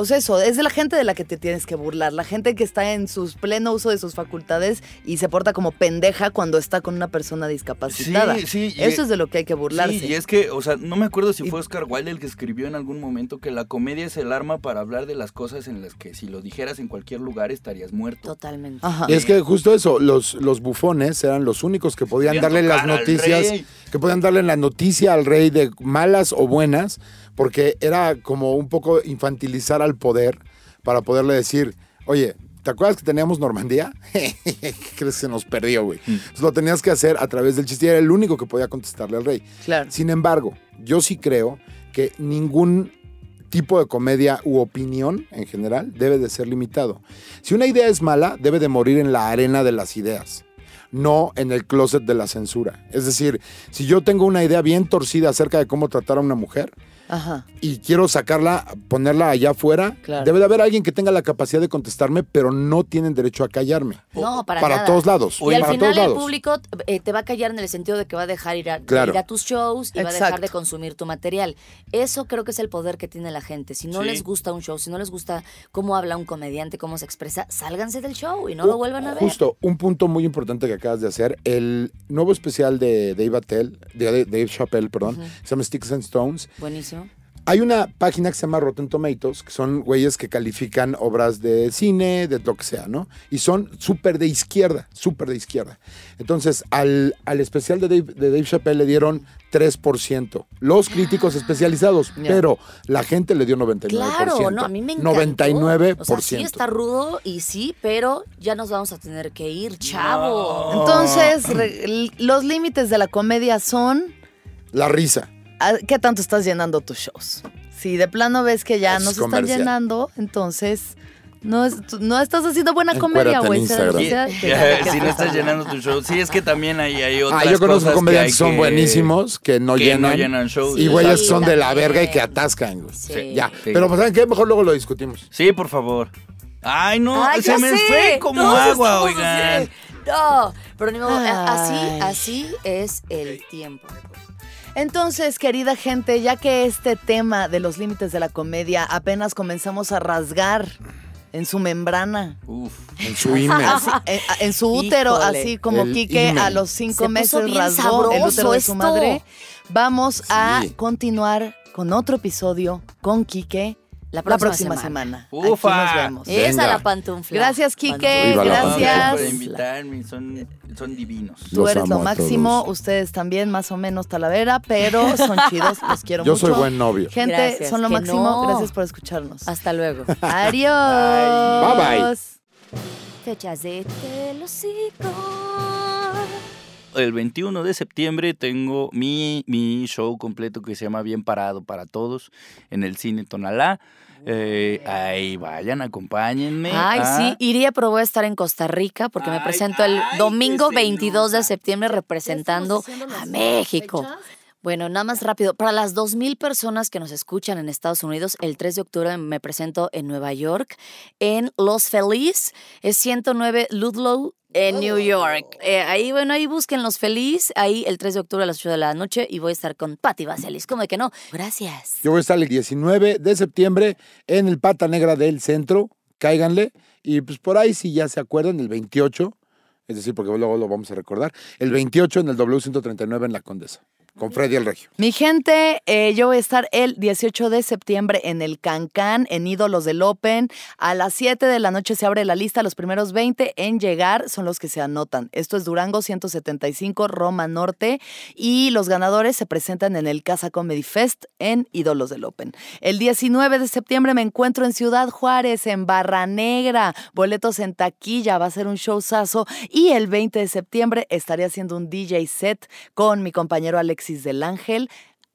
S3: O sea, eso, es de la gente de la que te tienes que burlar, la gente que está en sus pleno uso de sus facultades y se porta como pendeja cuando está con una persona discapacitada.
S6: Sí, sí, y-
S3: Eso es de lo que hay que burlarse.
S6: Sí, y es que, o sea, no me acuerdo si
S3: Y-
S6: fue Oscar Wilde el que escribió en algún momento que la comedia es el arma para hablar de las cosas en las que si lo dijeras en cualquier lugar estarías muerto.
S4: Totalmente.
S3: Ajá.
S5: Y es que justo eso, los, los bufones eran los únicos que podían
S6: Podían
S5: darle las
S6: tocar al
S5: noticias,
S6: rey.
S5: que podían darle la noticia al rey de malas o buenas, porque era como un poco infantilizar al poder para poderle decir, oye, ¿te acuerdas que teníamos Normandía? ¿Qué crees que se nos perdió, güey?
S6: Mm.
S5: Entonces lo tenías que hacer a través del chiste y era el único que podía contestarle al rey.
S3: Claro.
S5: Sin embargo, yo sí creo que ningún tipo de comedia u opinión en general debe de ser limitado. Si una idea es mala, debe de morir en la arena de las ideas, no en el closet de la censura. Es decir, si yo tengo una idea bien torcida acerca de cómo tratar a una mujer
S3: Ajá.
S5: y quiero sacarla, ponerla allá afuera,
S3: Claro.
S5: debe de haber alguien que tenga la capacidad de contestarme, pero no tienen derecho a callarme.
S4: No, para, nada.
S5: todos lados.
S4: Y al
S5: para
S4: final
S5: todos
S4: el
S5: lados.
S4: público eh, te va a callar en el sentido de que va a dejar ir a,
S5: Claro.
S4: ir a tus shows y va a dejar
S3: Exacto.
S4: de consumir tu material. Eso creo que es el poder que tiene la gente. Si no
S6: Sí.
S4: les gusta un show, si no les gusta cómo habla un comediante, cómo se expresa, sálganse del show y no lo vuelvan a ver.
S5: Oh, Justo, un punto muy importante que acabas de hacer, el nuevo especial de Dave Attell, de Dave Chappelle, perdón, se llama Sticks and Stones.
S4: Buenísimo.
S5: Hay una página que se llama Rotten Tomatoes, que son güeyes que califican obras de cine, de lo que sea, ¿no? Y son súper de izquierda, súper de izquierda. Entonces, al, al especial de Dave, de Dave Chappelle le dieron 3%. Los críticos
S4: Ah.
S5: especializados, pero la gente le dio 99%.
S4: Claro, no, a mí me encanta.
S5: 99%.
S4: O sea, sí está rudo y sí, pero ya nos vamos a tener que ir, chavo.
S3: Entonces, re- l- los límites de la comedia son
S5: La risa.
S3: ¿a qué tanto estás llenando tus shows. Si de plano ves que ya
S5: Es
S3: no se
S5: comercial.
S3: están llenando, entonces no, es- tú- no estás haciendo buena comedia,
S5: Encuérate
S3: güey.
S5: en
S3: Se-
S5: Instagram.
S3: se-
S6: Sí,
S3: se-
S6: si no estás llenando tu show. Sí, es que también hay, hay otras
S5: Ah, yo
S6: cosas
S5: conozco
S6: que
S5: comediantes
S6: hay
S5: que son
S6: que-
S5: buenísimos, que no
S6: que
S5: llenan.
S6: no llenan shows.
S5: Y güeyes
S4: Sí,
S5: son de la
S4: también.
S5: verga y que atascan, güey.
S4: Sí.
S5: Ya.
S6: Sí.
S5: Pero, pues, ¿saben qué? Mejor luego lo discutimos.
S6: Sí, por favor. Ay, no,
S4: Ay,
S6: se
S4: ya
S6: me
S4: sé.
S6: fue como
S4: Todos
S6: agua,
S4: estamos
S6: oigan.
S4: así de, No, pero ni modo, a-
S3: Ay.
S4: así, así es el tiempo.
S3: Entonces, querida gente, ya que este tema de los límites de la comedia apenas comenzamos a rasgar en su membrana.
S6: Uf.
S5: En su
S3: así,
S5: email.
S3: en, eh, en su útero,
S4: Híjole.
S3: así como
S5: El
S3: Quique
S5: himen.
S3: a los cinco
S4: Se puso
S3: meses
S4: bien
S3: rasgó el útero de su
S4: sabroso
S3: madre. Vamos a
S5: Sí.
S3: continuar con otro episodio con Quique
S4: La
S3: la
S4: próxima
S3: próxima, semana.
S6: Ufa.
S3: Aquí nos vemos.
S5: Eh,
S4: Esa
S5: Venga.
S4: la pantufla.
S3: Gracias, Quique.
S5: Viva la
S6: Gracias por
S3: Gracias.
S5: pantufla.
S6: invitarme, son, son divinos.
S3: Tú
S5: Los
S3: eres lo
S5: amo a
S3: máximo,
S5: todos.
S3: ustedes también, más o menos Talavera, pero son chidos, los quiero
S5: Yo
S3: mucho.
S5: soy buen novio.
S3: Gente,
S4: Gracias,
S3: son lo
S4: que
S3: máximo,
S4: no.
S3: gracias por escucharnos.
S4: Hasta luego.
S3: Adiós.
S5: Bye. Bye, bye.
S4: Fechas de Telosico.
S6: El 21 de septiembre tengo mi, mi show completo que se llama Bien Parado para Todos en el Cine Tonalá. Eh, ahí vayan, acompáñenme.
S4: Ay,
S6: a-
S4: sí, iría, pero voy a estar en Costa Rica porque me
S6: Ay,
S4: presento el
S6: ay,
S4: domingo
S6: qué
S4: 22 de
S6: celosa.
S4: septiembre representando a México. Bueno, nada más rápido. Para las 2.000 personas que nos escuchan en Estados Unidos, el 3 de octubre me presento en Nueva York, en Los Feliz, es 109 Ludlow, en New York. Eh, ahí, bueno, ahí busquen Los Feliz, ahí el 3 de octubre a las 8 de la noche y voy a estar con Patti Vaselis. ¿Cómo de que no? Gracias.
S5: Yo voy a estar el 19 de septiembre en el Pata Negra del Centro. Cáiganle. Y pues por ahí, si ya se acuerdan, el 28, es decir, porque luego lo vamos a recordar, el 28 en el W139 en La Condesa, con Freddy el Regio.
S3: Mi gente, eh, yo voy a estar el 18 de septiembre en el Cancán, en Ídolos del Open. A las 7 de la noche se abre la lista. Los primeros 20 en llegar son los que se anotan. Esto es Durango 175, Roma Norte. Y los ganadores se presentan en el Casa Comedy Fest en Ídolos del Open. El 19 de septiembre me encuentro en Ciudad Juárez, en Barra Negra. Boletos en taquilla, va a ser un showzazo. Y el 20 de septiembre estaré haciendo un DJ set con mi compañero Alexis del Ángel.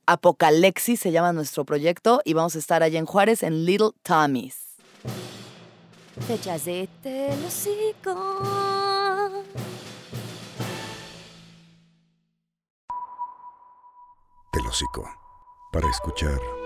S3: Apocalexis se llama nuestro proyecto y vamos a estar allá en Juárez en Little Tommy's.
S4: Fechas de Telosico.
S1: Telosico. Para escuchar